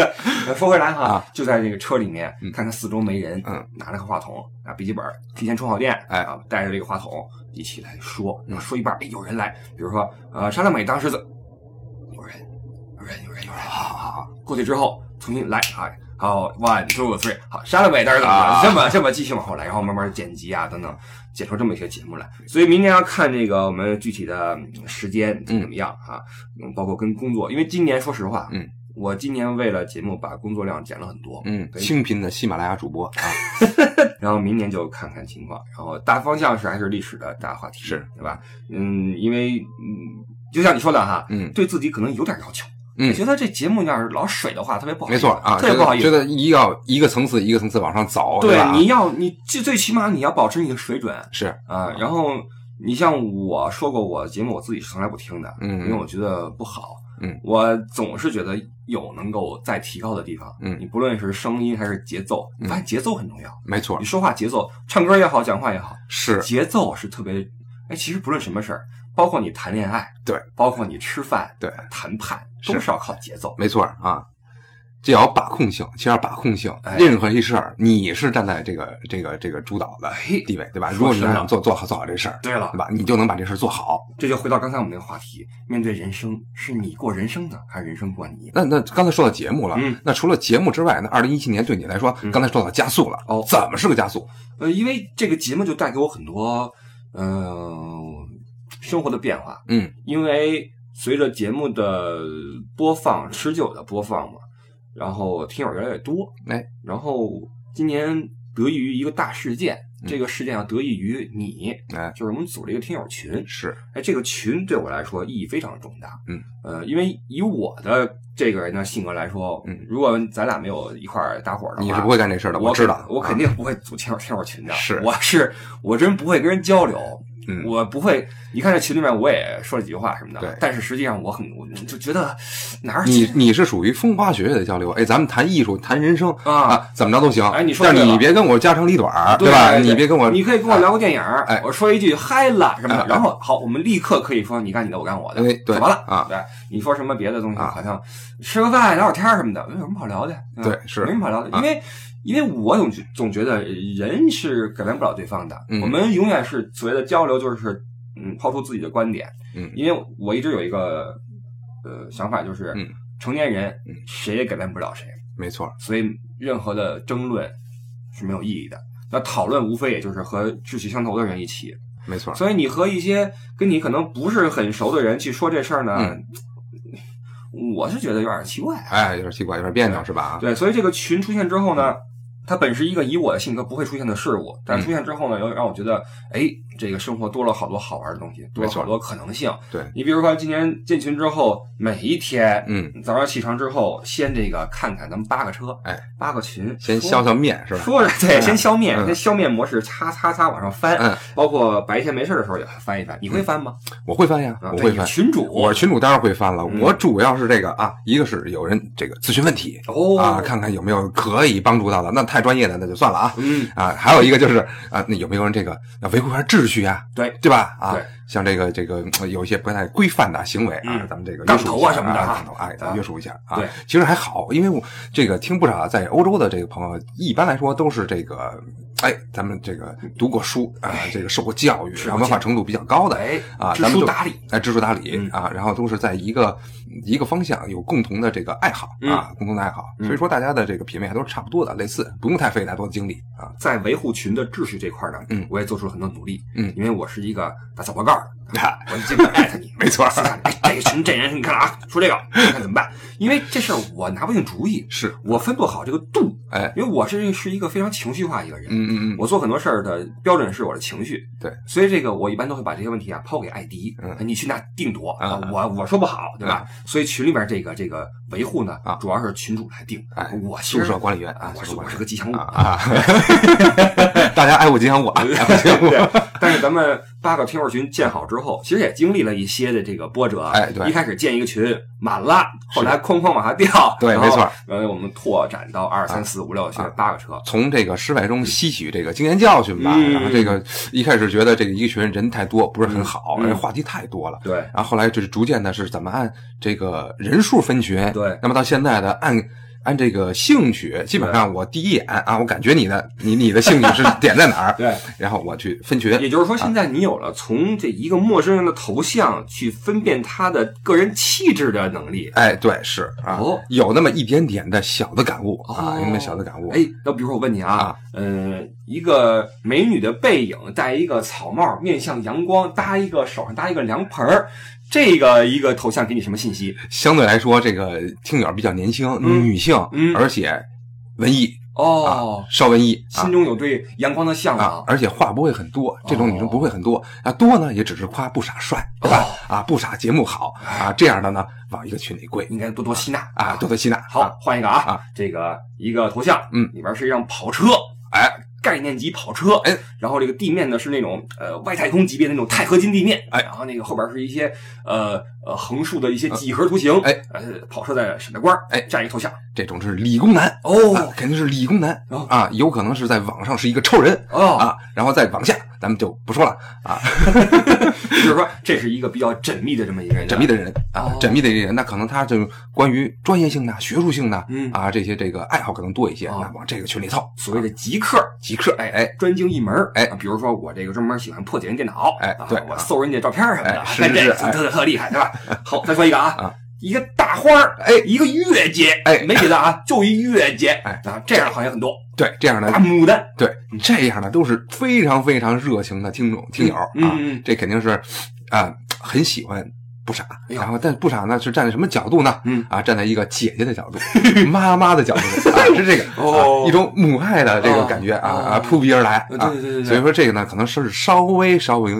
[SPEAKER 2] 说回来哈，
[SPEAKER 3] 啊
[SPEAKER 2] 就在这个车里面、
[SPEAKER 3] 嗯
[SPEAKER 2] 看看四周没人，
[SPEAKER 3] 嗯
[SPEAKER 2] 拿着个话筒，拿笔记本，提前充好电，
[SPEAKER 3] 哎
[SPEAKER 2] 啊，带着这个话筒一起来说，然后说一半，哎，有人来，比如说呃，沙乐美当时怎有人，有人，有人，有人，好好好，过去之后重新来啊。好，one two three，好，删了呗，但是怎么着
[SPEAKER 3] 啊
[SPEAKER 2] 这么这么继续往后来，然后慢慢剪辑啊等等，剪出这么一些节目来。所以明年要看这个我们具体的嗯时间怎么样啊，嗯包括跟工作，因为今年说实话，
[SPEAKER 3] 嗯，
[SPEAKER 2] 我今年为了节目把工作量减了很多，
[SPEAKER 3] 嗯，
[SPEAKER 2] 对
[SPEAKER 3] 清贫的喜马拉雅主 播啊，
[SPEAKER 2] 然后明年就看看情况。然后大方向是还是历史的大话题，
[SPEAKER 3] 是
[SPEAKER 2] 对吧？嗯，因为嗯，就像你说的哈，
[SPEAKER 3] 嗯
[SPEAKER 2] 对自己可能有点要求。
[SPEAKER 3] 嗯
[SPEAKER 2] 觉得这节目要是老水的话，特别不好意
[SPEAKER 3] 没
[SPEAKER 2] 思，
[SPEAKER 3] 错啊，
[SPEAKER 2] 特别哦不好意
[SPEAKER 3] 觉
[SPEAKER 2] 思。
[SPEAKER 3] 得一要一个层次一个层次往上走，对
[SPEAKER 2] 对，
[SPEAKER 3] 吧？
[SPEAKER 2] 你要你最最起码你要保持你的水准
[SPEAKER 3] 是，
[SPEAKER 2] 啊。然后你像我说过，我节目我自己是从来不听的，
[SPEAKER 3] 嗯
[SPEAKER 2] 因为我觉得不好。
[SPEAKER 3] 嗯
[SPEAKER 2] 我总是觉得有能够再提高的地方。
[SPEAKER 3] 嗯
[SPEAKER 2] 你不论是声音还是节奏，你发现节奏很重要。
[SPEAKER 3] 没错
[SPEAKER 2] 你，说话节奏，唱歌也好，讲话也好，
[SPEAKER 3] 是
[SPEAKER 2] 节奏是特别，哎，其实不论什么事儿，包括你谈恋爱，
[SPEAKER 3] 对，
[SPEAKER 2] 包括你吃饭，
[SPEAKER 3] 对，
[SPEAKER 2] 谈判
[SPEAKER 3] 是
[SPEAKER 2] 都是要靠节奏。
[SPEAKER 3] 没错啊。这要有把控性，其实要把控性，
[SPEAKER 2] 哎
[SPEAKER 3] 任何一事儿，你是站在这个这个这个主导的
[SPEAKER 2] 哎
[SPEAKER 3] 地位，对吧？
[SPEAKER 2] 说
[SPEAKER 3] 如果你
[SPEAKER 2] 深了
[SPEAKER 3] 想做做好做好这事儿，
[SPEAKER 2] 对了
[SPEAKER 3] 对，吧？你就能把这事儿做好。
[SPEAKER 2] 这就回到刚才我们那个话题，面对人生，是你过人生呢，还是人生过你？
[SPEAKER 3] 那那刚才说到节目了，
[SPEAKER 2] 嗯
[SPEAKER 3] 那除了节目之外，那二零一七年对你来说，
[SPEAKER 2] 嗯
[SPEAKER 3] 刚才说到加速了，
[SPEAKER 2] 哦
[SPEAKER 3] 怎么是个加速？
[SPEAKER 2] 呃，因为这个节目就带给我很多，呃，生活的变化。
[SPEAKER 3] 嗯，
[SPEAKER 2] 因为随着节目的播放，持久的播放嘛，然后听友越来越多。
[SPEAKER 3] 哎，
[SPEAKER 2] 然后今年得益于一个大事件，
[SPEAKER 3] 嗯
[SPEAKER 2] 这个事件要得益于你，
[SPEAKER 3] 哎，
[SPEAKER 2] 就是我们组了一个听友群。
[SPEAKER 3] 是，
[SPEAKER 2] 哎，这个群对我来说意义非常重大。
[SPEAKER 3] 嗯，
[SPEAKER 2] 呃，因为以我的这个人的性格来说，
[SPEAKER 3] 嗯
[SPEAKER 2] 如果咱俩没有一块儿搭伙儿的话，
[SPEAKER 3] 你是不会干这事儿的，
[SPEAKER 2] 我
[SPEAKER 3] 知道，啊
[SPEAKER 2] 肯我肯定不会组 听友听友群的。
[SPEAKER 3] 是
[SPEAKER 2] 我是我真不会跟人交流，
[SPEAKER 3] 嗯
[SPEAKER 2] 我不会。你看这群里面，我也说了几句话什么
[SPEAKER 3] 对
[SPEAKER 2] 的，但是实际上我很，我就觉得哪儿
[SPEAKER 3] 你你是属于风花雪月的交流，哎，咱们谈艺术、谈人生
[SPEAKER 2] 啊
[SPEAKER 3] 怎么着都行。
[SPEAKER 2] 哎你说
[SPEAKER 3] 但
[SPEAKER 2] 对
[SPEAKER 3] 是
[SPEAKER 2] 了
[SPEAKER 3] 你别跟我家长里短儿，
[SPEAKER 2] 对
[SPEAKER 3] 吧？
[SPEAKER 2] 对对
[SPEAKER 3] 你别跟我，
[SPEAKER 2] 你可以跟我聊个电影儿，
[SPEAKER 3] 哎
[SPEAKER 2] 我说一句嗨了什么
[SPEAKER 3] 哎
[SPEAKER 2] 的，然后好，我们立刻可以说你干你的，我干我的，
[SPEAKER 3] 哎对
[SPEAKER 2] 怎么了
[SPEAKER 3] 啊
[SPEAKER 2] 对，你说什么别的东西，
[SPEAKER 3] 啊
[SPEAKER 2] 好像吃个饭聊会儿天儿什么的，没有什么好聊的，吧
[SPEAKER 3] 对是
[SPEAKER 2] 嗯没什么好聊的，
[SPEAKER 3] 啊
[SPEAKER 2] 因为。因为我总觉总觉得人是改变不了对方的，
[SPEAKER 3] 嗯
[SPEAKER 2] 我们永远是所谓的交流，就是嗯抛出自己的观点。
[SPEAKER 3] 嗯
[SPEAKER 2] 因为我一直有一个呃想法，就是、
[SPEAKER 3] 嗯
[SPEAKER 2] 成年人
[SPEAKER 3] 嗯
[SPEAKER 2] 谁也改变不了谁，
[SPEAKER 3] 没错，
[SPEAKER 2] 所以任何的争论是没有意义的。那讨论无非也就是和志趣相投的人一起，
[SPEAKER 3] 没错，
[SPEAKER 2] 所以你和一些跟你可能不是很熟的人去说这事儿呢，
[SPEAKER 3] 嗯
[SPEAKER 2] 我是觉得有点奇怪、啊。
[SPEAKER 3] 哎，有点奇怪，有点别扭，是吧？啊，
[SPEAKER 2] 对，所以这个群出现之后呢，它本是一个以我的性格不会出现的事物，但出现之后呢，又让我觉得，哎，这个生活多了好多好玩的东西，多了
[SPEAKER 3] 没错
[SPEAKER 2] 好多可能性。
[SPEAKER 3] 对，
[SPEAKER 2] 你比如说，今年进群之后，每一天，
[SPEAKER 3] 嗯，
[SPEAKER 2] 早上起床之后，先这个看看咱们八个车，
[SPEAKER 3] 哎，
[SPEAKER 2] 八个群，
[SPEAKER 3] 先
[SPEAKER 2] 说
[SPEAKER 3] 消消面是吧？
[SPEAKER 2] 说是对，先消灭，
[SPEAKER 3] 嗯
[SPEAKER 2] 先消灭模式，擦擦擦往上
[SPEAKER 3] 嗯
[SPEAKER 2] 翻，包括白天没事的时候也翻一翻。你会翻吗？
[SPEAKER 3] 我会翻呀，
[SPEAKER 2] 啊
[SPEAKER 3] 我
[SPEAKER 2] 对
[SPEAKER 3] 会
[SPEAKER 2] 你
[SPEAKER 3] 翻。
[SPEAKER 2] 群主，
[SPEAKER 3] 我群主当然会翻了，
[SPEAKER 2] 嗯
[SPEAKER 3] 我主要是这个啊，一个是有人这个咨询问题
[SPEAKER 2] 哦
[SPEAKER 3] 啊，看看有没有可以帮助到的，那太专业的那就算了啊
[SPEAKER 2] 嗯，
[SPEAKER 3] 啊，还有一个就是啊，那有没有人这个要维护一下秩序啊，
[SPEAKER 2] 对，
[SPEAKER 3] 对吧？啊
[SPEAKER 2] 对，
[SPEAKER 3] 像这个这个呃有一些不太规范的行为啊，
[SPEAKER 2] 嗯
[SPEAKER 3] 咱们这个
[SPEAKER 2] 杠
[SPEAKER 3] 约束
[SPEAKER 2] 头
[SPEAKER 3] 一下
[SPEAKER 2] 啊什么的啊
[SPEAKER 3] 杠头哎，咱
[SPEAKER 2] 啊
[SPEAKER 3] 们约束一下啊
[SPEAKER 2] 对。
[SPEAKER 3] 其实还好，因为我这个听不少啊在欧洲的这个朋友，一般来说都是这个，哎，咱们这个读过书啊，这个受过教育，
[SPEAKER 2] 哎是
[SPEAKER 3] 然后文化程度比较高的
[SPEAKER 2] 哎，
[SPEAKER 3] 啊，
[SPEAKER 2] 知
[SPEAKER 3] 咱们就
[SPEAKER 2] 书达理，
[SPEAKER 3] 哎，知书达理
[SPEAKER 2] 嗯
[SPEAKER 3] 啊，然后都是在一个一个方向有共同的这个爱好啊，共同的爱好，
[SPEAKER 2] 嗯
[SPEAKER 3] 所以说大家的这个品味还都是差不多的，类似，不用太费太多的精力啊。
[SPEAKER 2] 在维护群的秩序这块呢，
[SPEAKER 3] 嗯
[SPEAKER 2] 我也做出了很多努力，
[SPEAKER 3] 嗯
[SPEAKER 2] 因为我是一个打小报告 的，
[SPEAKER 3] 哈
[SPEAKER 2] 我这个艾特你，
[SPEAKER 3] 没错
[SPEAKER 2] 私下里 哎，这个群这人你看啊，说这个，你看怎么办？因为这事儿我拿不定主意，
[SPEAKER 3] 是，
[SPEAKER 2] 我分不好这个度，
[SPEAKER 3] 哎，
[SPEAKER 2] 因为我是是一个非常情绪化一个人，
[SPEAKER 3] 嗯嗯嗯，
[SPEAKER 2] 我做很多事儿的标准是我的情绪，
[SPEAKER 3] 对，
[SPEAKER 2] 所以这个我一般都会把这些问题啊抛给艾迪，
[SPEAKER 3] 嗯
[SPEAKER 2] 你去那定夺，
[SPEAKER 3] 嗯
[SPEAKER 2] 啊我我说不好，对吧？所以群里边这个这个维护呢
[SPEAKER 3] 啊，
[SPEAKER 2] 主要是群主来定
[SPEAKER 3] 哎，
[SPEAKER 2] 我其
[SPEAKER 3] 宿
[SPEAKER 2] 实
[SPEAKER 3] 舍管理员
[SPEAKER 2] 啊
[SPEAKER 3] 啊，，
[SPEAKER 2] 我
[SPEAKER 3] 宿
[SPEAKER 2] 是
[SPEAKER 3] 舍管理
[SPEAKER 2] 我是
[SPEAKER 3] 员
[SPEAKER 2] 个吉祥物
[SPEAKER 3] 啊。啊， 大家爱护吉祥物啊，爱护吉祥 物，
[SPEAKER 2] 对，但是咱们八个听友群建好之后，其实也经历了一些的这个波折。啊
[SPEAKER 3] 哎对
[SPEAKER 2] 一开始建一个群满了，后来哐哐往下掉。
[SPEAKER 3] 对
[SPEAKER 2] 然后
[SPEAKER 3] 没错。啊
[SPEAKER 2] 呃，我们拓展到二三四五六七八个车，
[SPEAKER 3] 从这个失败中吸取这个经验教训吧。
[SPEAKER 2] 嗯
[SPEAKER 3] 然后这个一开始觉得这个一个群人太多不是很好，
[SPEAKER 2] 嗯嗯
[SPEAKER 3] 而且话题太多了。
[SPEAKER 2] 对，
[SPEAKER 3] 然后后来就是逐渐的是怎么按这个人数分群，
[SPEAKER 2] 对
[SPEAKER 3] 那么到现在的按按这个兴趣，基本上我第一眼啊，我感觉你的你你的兴趣 是点在哪儿，
[SPEAKER 2] 对，
[SPEAKER 3] 然后我去分群，
[SPEAKER 2] 也就是说，现在你有了从这一个陌生人的头像去分辨他的个人气质的能力。
[SPEAKER 3] 哎，对，是啊，
[SPEAKER 2] 哦
[SPEAKER 3] 有那么一点点的小的感悟、啊
[SPEAKER 2] 哦，
[SPEAKER 3] 有那么小的感悟，
[SPEAKER 2] 哎，那比如说我问你啊
[SPEAKER 3] 啊，
[SPEAKER 2] 嗯、一个美女的背影，戴一个草帽，面向阳光，搭一个手上搭一个凉盆儿，这个一个头像给你什么信息？
[SPEAKER 3] 相对来说，这个听友比较年轻，
[SPEAKER 2] 嗯
[SPEAKER 3] 女性，
[SPEAKER 2] 嗯
[SPEAKER 3] 而且文艺
[SPEAKER 2] 哦
[SPEAKER 3] 啊，，稍文艺啊
[SPEAKER 2] 心中有对阳光的向
[SPEAKER 3] 啊
[SPEAKER 2] 往，。
[SPEAKER 3] 而且话不会很
[SPEAKER 2] 哦
[SPEAKER 3] 多，这种女生不会很多啊，多呢也只是夸不傻帅，对吧？
[SPEAKER 2] 哦
[SPEAKER 3] 啊，不傻节目好啊，这样的呢往一个群里跪
[SPEAKER 2] 应该多多吸纳
[SPEAKER 3] 啊，多多吸纳。
[SPEAKER 2] 嗯好
[SPEAKER 3] 啊，，
[SPEAKER 2] 换一个啊，
[SPEAKER 3] 啊
[SPEAKER 2] 这个一个头像，
[SPEAKER 3] 嗯
[SPEAKER 2] 里边是一辆跑车，
[SPEAKER 3] 哎，
[SPEAKER 2] 概念级跑车，
[SPEAKER 3] 哎，
[SPEAKER 2] 然后这个地面呢是那种呃外太空级别的那种钛合金地面，
[SPEAKER 3] 哎
[SPEAKER 2] 然后那个后边是一些呃呃横竖的一些几何图形，
[SPEAKER 3] 哎，
[SPEAKER 2] 呃，跑车在闪着光，
[SPEAKER 3] 哎
[SPEAKER 2] 这样一个头像，
[SPEAKER 3] 这种是理工男啊
[SPEAKER 2] 哦
[SPEAKER 3] 肯定是理工男
[SPEAKER 2] 哦
[SPEAKER 3] 啊，有可能是在网上是一个臭人
[SPEAKER 2] 哦，
[SPEAKER 3] 啊，然后再往下咱们就不说了啊，
[SPEAKER 2] 就是说这是一个比较缜密的这么一个人，
[SPEAKER 3] 缜密的人啊
[SPEAKER 2] 哦，
[SPEAKER 3] 缜密的人，那可能他就关于专业性的、学术性的
[SPEAKER 2] 嗯
[SPEAKER 3] 啊这些这个爱好可能多一些，
[SPEAKER 2] 哦
[SPEAKER 3] 那往这个群里凑，
[SPEAKER 2] 所谓的极客。
[SPEAKER 3] 极客，哎哎。
[SPEAKER 2] 专精一门儿
[SPEAKER 3] 哎
[SPEAKER 2] 啊比如说我这个专门喜欢破解人电脑，
[SPEAKER 3] 哎
[SPEAKER 2] 啊
[SPEAKER 3] 对
[SPEAKER 2] 我搜人家照片儿什么的，
[SPEAKER 3] 哎是是
[SPEAKER 2] 这
[SPEAKER 3] 是哎
[SPEAKER 2] 特特厉 害，对吧？好，再说一个
[SPEAKER 3] 啊
[SPEAKER 2] 啊，一个大花儿，
[SPEAKER 3] 哎
[SPEAKER 2] 一个月结，
[SPEAKER 3] 哎
[SPEAKER 2] 没别的 啊，就一月结，
[SPEAKER 3] 哎
[SPEAKER 2] 啊，这样好像很多，
[SPEAKER 3] 对，这样的
[SPEAKER 2] 大牡丹，
[SPEAKER 3] 对，这样的都是非常非常热情的听众听友
[SPEAKER 2] 嗯
[SPEAKER 3] 啊
[SPEAKER 2] 嗯，
[SPEAKER 3] 这肯定是啊很喜欢不傻，
[SPEAKER 2] 哎呦
[SPEAKER 3] 然后但不傻呢是站在什么角度呢？
[SPEAKER 2] 嗯
[SPEAKER 3] 啊，站在一个姐姐的角度， 妈妈的角度啊，是这个
[SPEAKER 2] 哦
[SPEAKER 3] 啊一种母爱的这个感觉啊
[SPEAKER 2] 哦
[SPEAKER 3] 啊扑鼻而来
[SPEAKER 2] 呃
[SPEAKER 3] 啊
[SPEAKER 2] 对对对对，
[SPEAKER 3] 所以说这个呢可能是稍微稍微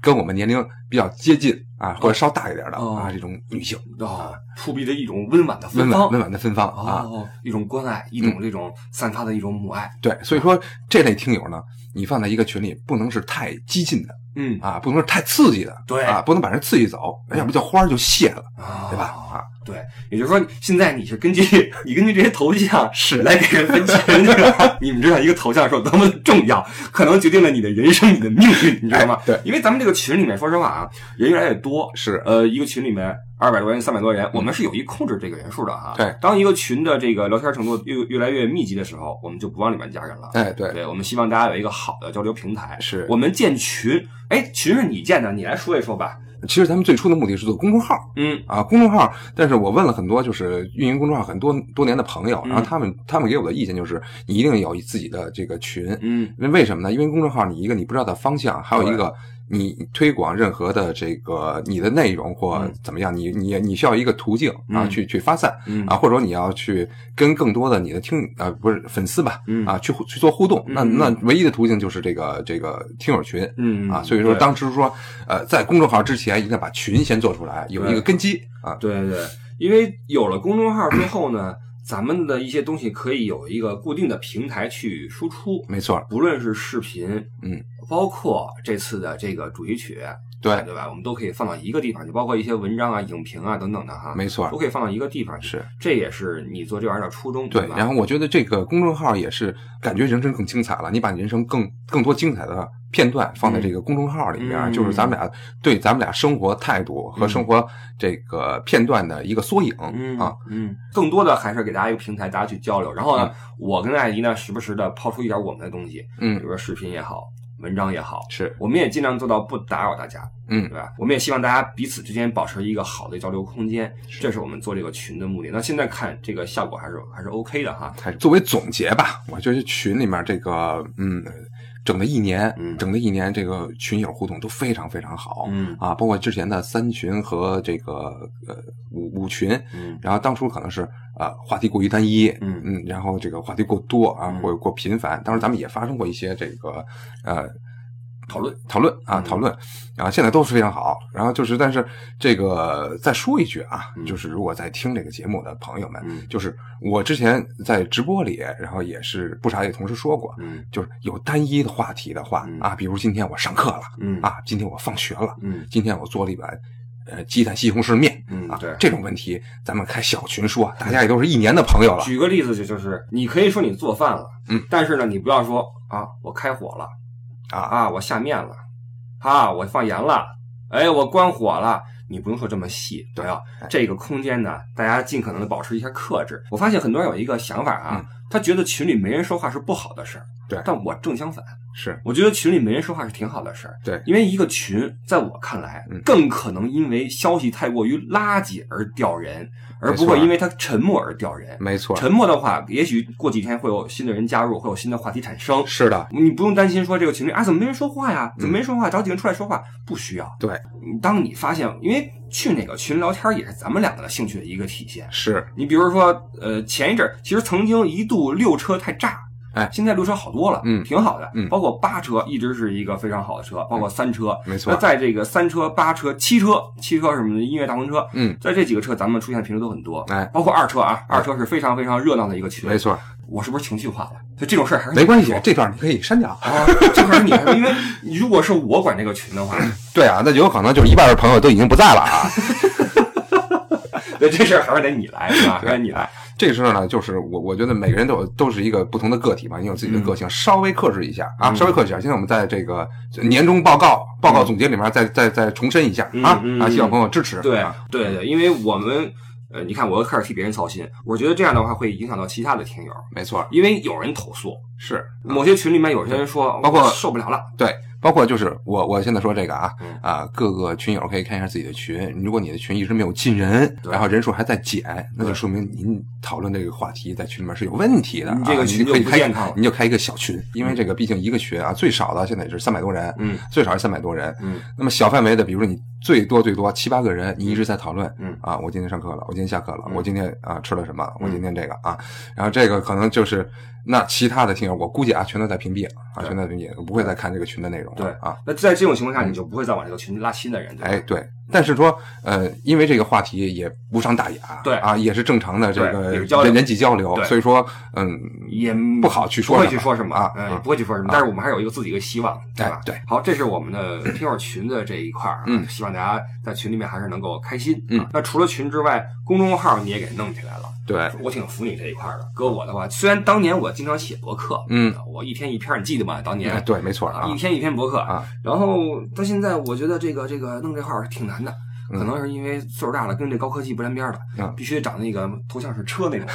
[SPEAKER 3] 跟我们年龄比较接近啊，或者稍大一点的
[SPEAKER 2] 哦
[SPEAKER 3] 啊这种女性，
[SPEAKER 2] 哦，扑鼻的一种温婉的
[SPEAKER 3] 温
[SPEAKER 2] 芬芳
[SPEAKER 3] 婉温婉的芬芳啊，
[SPEAKER 2] 哦，一种关爱，一种这种散发的一种母爱，
[SPEAKER 3] 对，所以说这类听友呢，你放在一个群里不能是太激进的。
[SPEAKER 2] 嗯
[SPEAKER 3] 啊，不能是太刺激的，
[SPEAKER 2] 对
[SPEAKER 3] 啊，不能把人刺激走，要不叫花儿就谢了，
[SPEAKER 2] 啊，
[SPEAKER 3] 对吧？？啊，
[SPEAKER 2] 对，也就是说，现在你是根据你根据这些头像
[SPEAKER 3] 是
[SPEAKER 2] 来给人分钱，对吧？你们知道一个头像是有多么的重要，可能决定了你的人生、你的命运，你知道吗
[SPEAKER 3] 哎？对，
[SPEAKER 2] 因为咱们这个群里面，说实话啊，人越来越多，
[SPEAKER 3] 是
[SPEAKER 2] 呃，一个群里面二百多人、三百多人，我们是有意控制这个人数的哈。
[SPEAKER 3] 对
[SPEAKER 2] 当一个群的这个聊天程度越越来越密集的时候，我们就不往里面加人了。
[SPEAKER 3] 哎，对，
[SPEAKER 2] 对，我们希望大家有一个好的交流平台。
[SPEAKER 3] 是
[SPEAKER 2] 我们建群，哎，群是你建的，你来说一说吧。
[SPEAKER 3] 其实咱们最初的目的是做公众号
[SPEAKER 2] 嗯，
[SPEAKER 3] 啊，公众号，但是我问了很多就是运营公众号很多多年的朋友，
[SPEAKER 2] 嗯
[SPEAKER 3] 然后他们他们给我的意见就是，你一定有自己的这个群，
[SPEAKER 2] 嗯，
[SPEAKER 3] 那为什么呢？因为公众号你一个你不知道它方向，还有一个你推广任何的这个你的内容或
[SPEAKER 2] 嗯
[SPEAKER 3] 怎么样，你你你需要一个途径啊
[SPEAKER 2] 嗯
[SPEAKER 3] 去去发散
[SPEAKER 2] 嗯
[SPEAKER 3] 啊，或者说你要去跟更多的你的听呃不是粉丝吧
[SPEAKER 2] 嗯
[SPEAKER 3] 啊去互去做互动，那
[SPEAKER 2] 嗯
[SPEAKER 3] 那唯一的途径就是这个这个听友群。
[SPEAKER 2] 嗯
[SPEAKER 3] 啊，所以说
[SPEAKER 2] 对
[SPEAKER 3] 当时说，呃，在公众号之前一定要把群先做出来，有一个根基啊，
[SPEAKER 2] 对对对，因为有了公众号之后呢，咱们的一些东西可以有一个固定的平台去输出，
[SPEAKER 3] 没错，
[SPEAKER 2] 不论是视频，
[SPEAKER 3] 嗯，
[SPEAKER 2] 包括这次的这个主题曲，啊
[SPEAKER 3] 对，
[SPEAKER 2] 对吧？我们都可以放到一个地方，就包括一些文章啊、影评啊等等的哈，
[SPEAKER 3] 没
[SPEAKER 2] 都
[SPEAKER 3] 错，
[SPEAKER 2] 可以放到一个地方去。
[SPEAKER 3] 是
[SPEAKER 2] 这也是你做这玩意儿的初衷，
[SPEAKER 3] 对。
[SPEAKER 2] 吧？
[SPEAKER 3] 然后我觉得这个公众号也是感觉人生更精彩了，你把人生更更多精彩的片段放在这个公众号里面，
[SPEAKER 2] 嗯
[SPEAKER 3] 就是咱们俩对咱们俩生活态度和生活这个片段的一个缩影、
[SPEAKER 2] 嗯
[SPEAKER 3] 啊。，嗯
[SPEAKER 2] 嗯，更多的还是给大家一个平台，大家去交流。然后呢，我跟艾迪呢，时不时的抛出一点我们的东西，比
[SPEAKER 3] 嗯
[SPEAKER 2] 如，说视频也好，文章也好，
[SPEAKER 3] 是，
[SPEAKER 2] 我们也尽量做到不打扰大家。
[SPEAKER 3] 嗯
[SPEAKER 2] 对，吧？我们也希望大家彼此之间保持一个好的交流空间，这是我们做这个群的目的。那现在看这个效果还是还是 OK 的哈。
[SPEAKER 3] 还是作为总结吧，我觉得群里面这个嗯。整的一年，
[SPEAKER 2] 嗯
[SPEAKER 3] 整的一年，这个群友互动都非常非常好，
[SPEAKER 2] 嗯
[SPEAKER 3] 啊，包括之前的三群和这个呃五五群，
[SPEAKER 2] 嗯
[SPEAKER 3] 然后当初可能是呃话题过于单一，
[SPEAKER 2] 嗯
[SPEAKER 3] 嗯，然后这个话题过多啊，
[SPEAKER 2] 嗯
[SPEAKER 3] 或者过频繁。当时咱们也发生过一些这个呃
[SPEAKER 2] 讨论
[SPEAKER 3] 讨论啊
[SPEAKER 2] 嗯
[SPEAKER 3] 讨论，然后现在都是非常好。然后就是，但是这个再说一句啊，
[SPEAKER 2] 嗯
[SPEAKER 3] 就是如果在听这个节目的朋友们，
[SPEAKER 2] 嗯
[SPEAKER 3] 就是我之前在直播里，然后也是不少也同事说过，
[SPEAKER 2] 嗯
[SPEAKER 3] 就是有单一的话题的话、
[SPEAKER 2] 嗯
[SPEAKER 3] 啊，比如今天我上课了
[SPEAKER 2] 嗯
[SPEAKER 3] 啊，今天我放学了，
[SPEAKER 2] 嗯
[SPEAKER 3] 今天我做了一碗呃鸡蛋西红柿面。
[SPEAKER 2] 嗯
[SPEAKER 3] 啊，
[SPEAKER 2] 对。
[SPEAKER 3] 这种问题咱们开小群说，啊大家也都是一年的朋友了。
[SPEAKER 2] 举个例子，就就是你可以说你做饭了，
[SPEAKER 3] 嗯，
[SPEAKER 2] 但是呢，你不要说啊，我开火了，
[SPEAKER 3] 啊
[SPEAKER 2] 啊，我下面了，啊，我放盐了，哎，我关火了。你不用说这么细，对啊，这个空间呢，大家尽可能的保持一下克制。嗯我发现很多人有一个想法啊，他觉得群里没人说话是不好的事儿，
[SPEAKER 3] 对
[SPEAKER 2] 但我正相反，
[SPEAKER 3] 是
[SPEAKER 2] 我觉得群里没人说话是挺好的事儿，
[SPEAKER 3] 对
[SPEAKER 2] 因为一个群，在我看来
[SPEAKER 3] 嗯，
[SPEAKER 2] 更可能因为消息太过于垃圾而掉人，而
[SPEAKER 3] 没
[SPEAKER 2] 不
[SPEAKER 3] 错啊
[SPEAKER 2] 会因为它沉默而掉人。
[SPEAKER 3] 没错，啊
[SPEAKER 2] 沉默的话，也许过几天会有新的人加入，会有新的话题产生。
[SPEAKER 3] 是的，
[SPEAKER 2] 你不用担心说这个群里啊，怎么没人说话呀？
[SPEAKER 3] 嗯
[SPEAKER 2] 怎么没人说话？找几个人出来说话，不需要。
[SPEAKER 3] 对，
[SPEAKER 2] 当你发现，因为去哪个群聊天也是咱们两个的兴趣的一个体现。
[SPEAKER 3] 是
[SPEAKER 2] 你比如说，呃，前一阵儿其实曾经一度六车太炸，
[SPEAKER 3] 哎
[SPEAKER 2] 现在六车好多了，
[SPEAKER 3] 嗯
[SPEAKER 2] 挺好的，
[SPEAKER 3] 嗯
[SPEAKER 2] 包括八车一直是一个非常好的车，包括三车，
[SPEAKER 3] 嗯没错
[SPEAKER 2] 那在这个三车、八车、七车、七车什么的音乐大篷车，
[SPEAKER 3] 嗯，
[SPEAKER 2] 在这几个车咱们出现的频率都很多，
[SPEAKER 3] 哎
[SPEAKER 2] 包括二车啊，二车是非常非常热闹的一个群，
[SPEAKER 3] 没，错，哎
[SPEAKER 2] 我是不是情绪化了？所以这种事儿还是
[SPEAKER 3] 没关系
[SPEAKER 2] 说，
[SPEAKER 3] 这段你可以删掉。
[SPEAKER 2] 啊，这块儿是你的，因为如果是我管这个群的话，
[SPEAKER 3] 对啊，那有可能就是一半的朋友都已经不在了啊。
[SPEAKER 2] 那这事儿还是得你来，是吧？还
[SPEAKER 3] 对
[SPEAKER 2] 是你来，
[SPEAKER 3] 这个时候呢，就是我我觉得每个人都有都是一个不同的个体嘛，你有自己的个性，稍微克制一下啊，
[SPEAKER 2] 嗯
[SPEAKER 3] 稍微克制一下。现在我们在这个年终报告报告总结里面再再再重申一下啊
[SPEAKER 2] 嗯嗯
[SPEAKER 3] 啊，
[SPEAKER 2] 嗯
[SPEAKER 3] 希望朋友支持。
[SPEAKER 2] 对
[SPEAKER 3] 啊
[SPEAKER 2] 对对，因为我们呃，你看我又开始替别人操心，我觉得这样的话会影响到其他的听友，
[SPEAKER 3] 没错，
[SPEAKER 2] 因为有人投诉，
[SPEAKER 3] 是
[SPEAKER 2] 某些群里面有些人说，
[SPEAKER 3] 嗯包括
[SPEAKER 2] 我受不了了，
[SPEAKER 3] 对，包括就是我我现在说这个啊
[SPEAKER 2] 嗯
[SPEAKER 3] 啊，各个群友可以看一下自己的群，如果你的群一直没有进人，
[SPEAKER 2] 对
[SPEAKER 3] 然后人数还在减，那就
[SPEAKER 2] 对
[SPEAKER 3] 说明您讨论这个话题在群里面是有问题的啊。
[SPEAKER 2] 你这个群
[SPEAKER 3] 你可以
[SPEAKER 2] 就不
[SPEAKER 3] 开
[SPEAKER 2] 健康了
[SPEAKER 3] 你就开一个小群，因为这个毕竟一个群啊，最少的现在也是三百多人，
[SPEAKER 2] 嗯
[SPEAKER 3] 最少是三百多人。
[SPEAKER 2] 嗯
[SPEAKER 3] 那么小范围的，比如说你最多最多七八个人，你一直在讨论，
[SPEAKER 2] 嗯
[SPEAKER 3] 啊，我今天上课了，我今天下课了，
[SPEAKER 2] 嗯
[SPEAKER 3] 我今天啊吃了什么，我
[SPEAKER 2] 嗯
[SPEAKER 3] 今天这个啊，然后这个可能就是那其他的听友，我估计啊全都在屏蔽了啊，
[SPEAKER 2] 对
[SPEAKER 3] 全都在屏蔽，不会再看这个群的内容了
[SPEAKER 2] 对
[SPEAKER 3] 啊，
[SPEAKER 2] 那在这种情况下，你就不会再往这个群里拉新的人，对吧
[SPEAKER 3] 哎对，但是说呃，因为这个话题也无伤大雅，
[SPEAKER 2] 对
[SPEAKER 3] 啊，也是正常的这个
[SPEAKER 2] 对也是交流
[SPEAKER 3] 人人际交流，
[SPEAKER 2] 对
[SPEAKER 3] 所以说嗯
[SPEAKER 2] 也
[SPEAKER 3] 不好去说
[SPEAKER 2] 不会
[SPEAKER 3] 什
[SPEAKER 2] 去
[SPEAKER 3] 么
[SPEAKER 2] 说什么
[SPEAKER 3] 啊
[SPEAKER 2] 嗯，
[SPEAKER 3] 啊
[SPEAKER 2] 也不会去说什么。但是我们还有一个自己一个希望，对吧？
[SPEAKER 3] 对对。
[SPEAKER 2] 好，这是我们的听友群的这一块儿啊，
[SPEAKER 3] 嗯
[SPEAKER 2] 希望大家在群里面还是能够开心。啊
[SPEAKER 3] 嗯，
[SPEAKER 2] 那除了群之外，公众号你也给弄起来了。
[SPEAKER 3] 对
[SPEAKER 2] 我挺服你这一块儿的。搁我的话，虽然当年我经常写博客，
[SPEAKER 3] 嗯，
[SPEAKER 2] 我一天一篇儿，你记得吗？当年、
[SPEAKER 3] 哎对没错
[SPEAKER 2] 啊
[SPEAKER 3] 啊
[SPEAKER 2] 一天一篇博客
[SPEAKER 3] 啊。
[SPEAKER 2] 然后到现在，我觉得这个这个弄这号儿挺难的。可能是因为岁数大了，跟这高科技不沾边儿了，
[SPEAKER 3] 嗯
[SPEAKER 2] 必须得长那个头像是车 那种。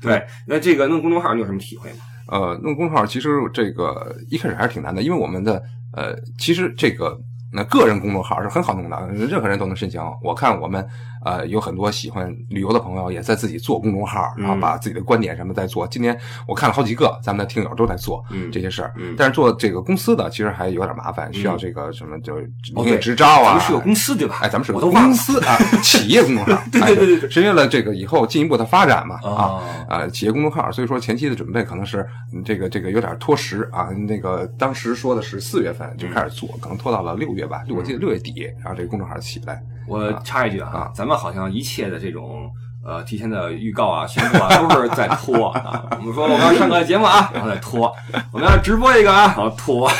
[SPEAKER 2] 对，那这个弄公众号你有什么体会吗？
[SPEAKER 3] 呃，弄公众号其实这个一开始还是挺难的，因为我们的呃，其实这个那个人公众号是很好弄的，任何人都能申请。我看我们呃有很多喜欢旅游的朋友也在自己做公众号，然后
[SPEAKER 2] 嗯
[SPEAKER 3] 把自己的观点什么在做。今年我看了好几个咱们的听友都在做
[SPEAKER 2] 嗯
[SPEAKER 3] 这些事儿，
[SPEAKER 2] 嗯
[SPEAKER 3] 但是做这个公司的其实还有点麻烦，需要
[SPEAKER 2] 嗯
[SPEAKER 3] 这个什么就是
[SPEAKER 2] 哦
[SPEAKER 3] 营业
[SPEAKER 2] 对
[SPEAKER 3] 执照
[SPEAKER 2] 咱
[SPEAKER 3] 啊，
[SPEAKER 2] 们是有公司对吧？
[SPEAKER 3] 哎，咱们是
[SPEAKER 2] 我都忘
[SPEAKER 3] 公
[SPEAKER 2] 了
[SPEAKER 3] 司啊，企业公众号， 哎
[SPEAKER 2] 对对对对对
[SPEAKER 3] 是为了这个以后进一步的发展嘛啊
[SPEAKER 2] 哦，
[SPEAKER 3] 呃，企业公众号，所以说前期的准备可能是嗯这个这个有点拖时啊，那个当时说的是四月份就开始做，可能拖到了六月吧，我记得六月底，然后这个公众号起来，
[SPEAKER 2] 我插一句啊
[SPEAKER 3] 啊，
[SPEAKER 2] 咱们好像一切的这种呃提前的预告啊、宣布啊，都是在拖啊。 我们说我们要上个节目啊，然后再拖；我们要直播一个啊，然后拖。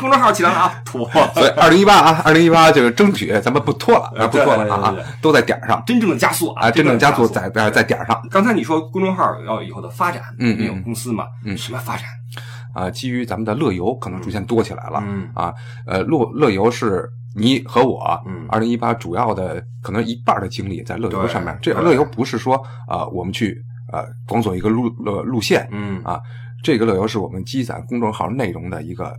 [SPEAKER 2] 公众号起来了啊，拖。
[SPEAKER 3] 所以二零一八啊，二零一八这个争取咱们不拖了，啊，不拖了啊
[SPEAKER 2] 对对对对对，
[SPEAKER 3] 都在点儿上
[SPEAKER 2] 真正的加速啊，
[SPEAKER 3] 啊，真正加速
[SPEAKER 2] 速
[SPEAKER 3] 在在在点儿上。
[SPEAKER 2] 刚才你说公众号要以后的发展，
[SPEAKER 3] 嗯嗯
[SPEAKER 2] 没有公司嘛，
[SPEAKER 3] 嗯
[SPEAKER 2] 什么发展？
[SPEAKER 3] 啊，基于咱们的乐游可能逐渐多起来了，
[SPEAKER 2] 嗯
[SPEAKER 3] 啊，呃，乐乐游是你和我，
[SPEAKER 2] 嗯
[SPEAKER 3] 二零一八主要的可能一半的精力在乐游
[SPEAKER 2] 对
[SPEAKER 3] 上面。这个
[SPEAKER 2] 对
[SPEAKER 3] 乐游不是说啊、呃我们去呃光走一个路路路线，
[SPEAKER 2] 嗯
[SPEAKER 3] 啊这个乐游是我们积攒公众号内容的一个。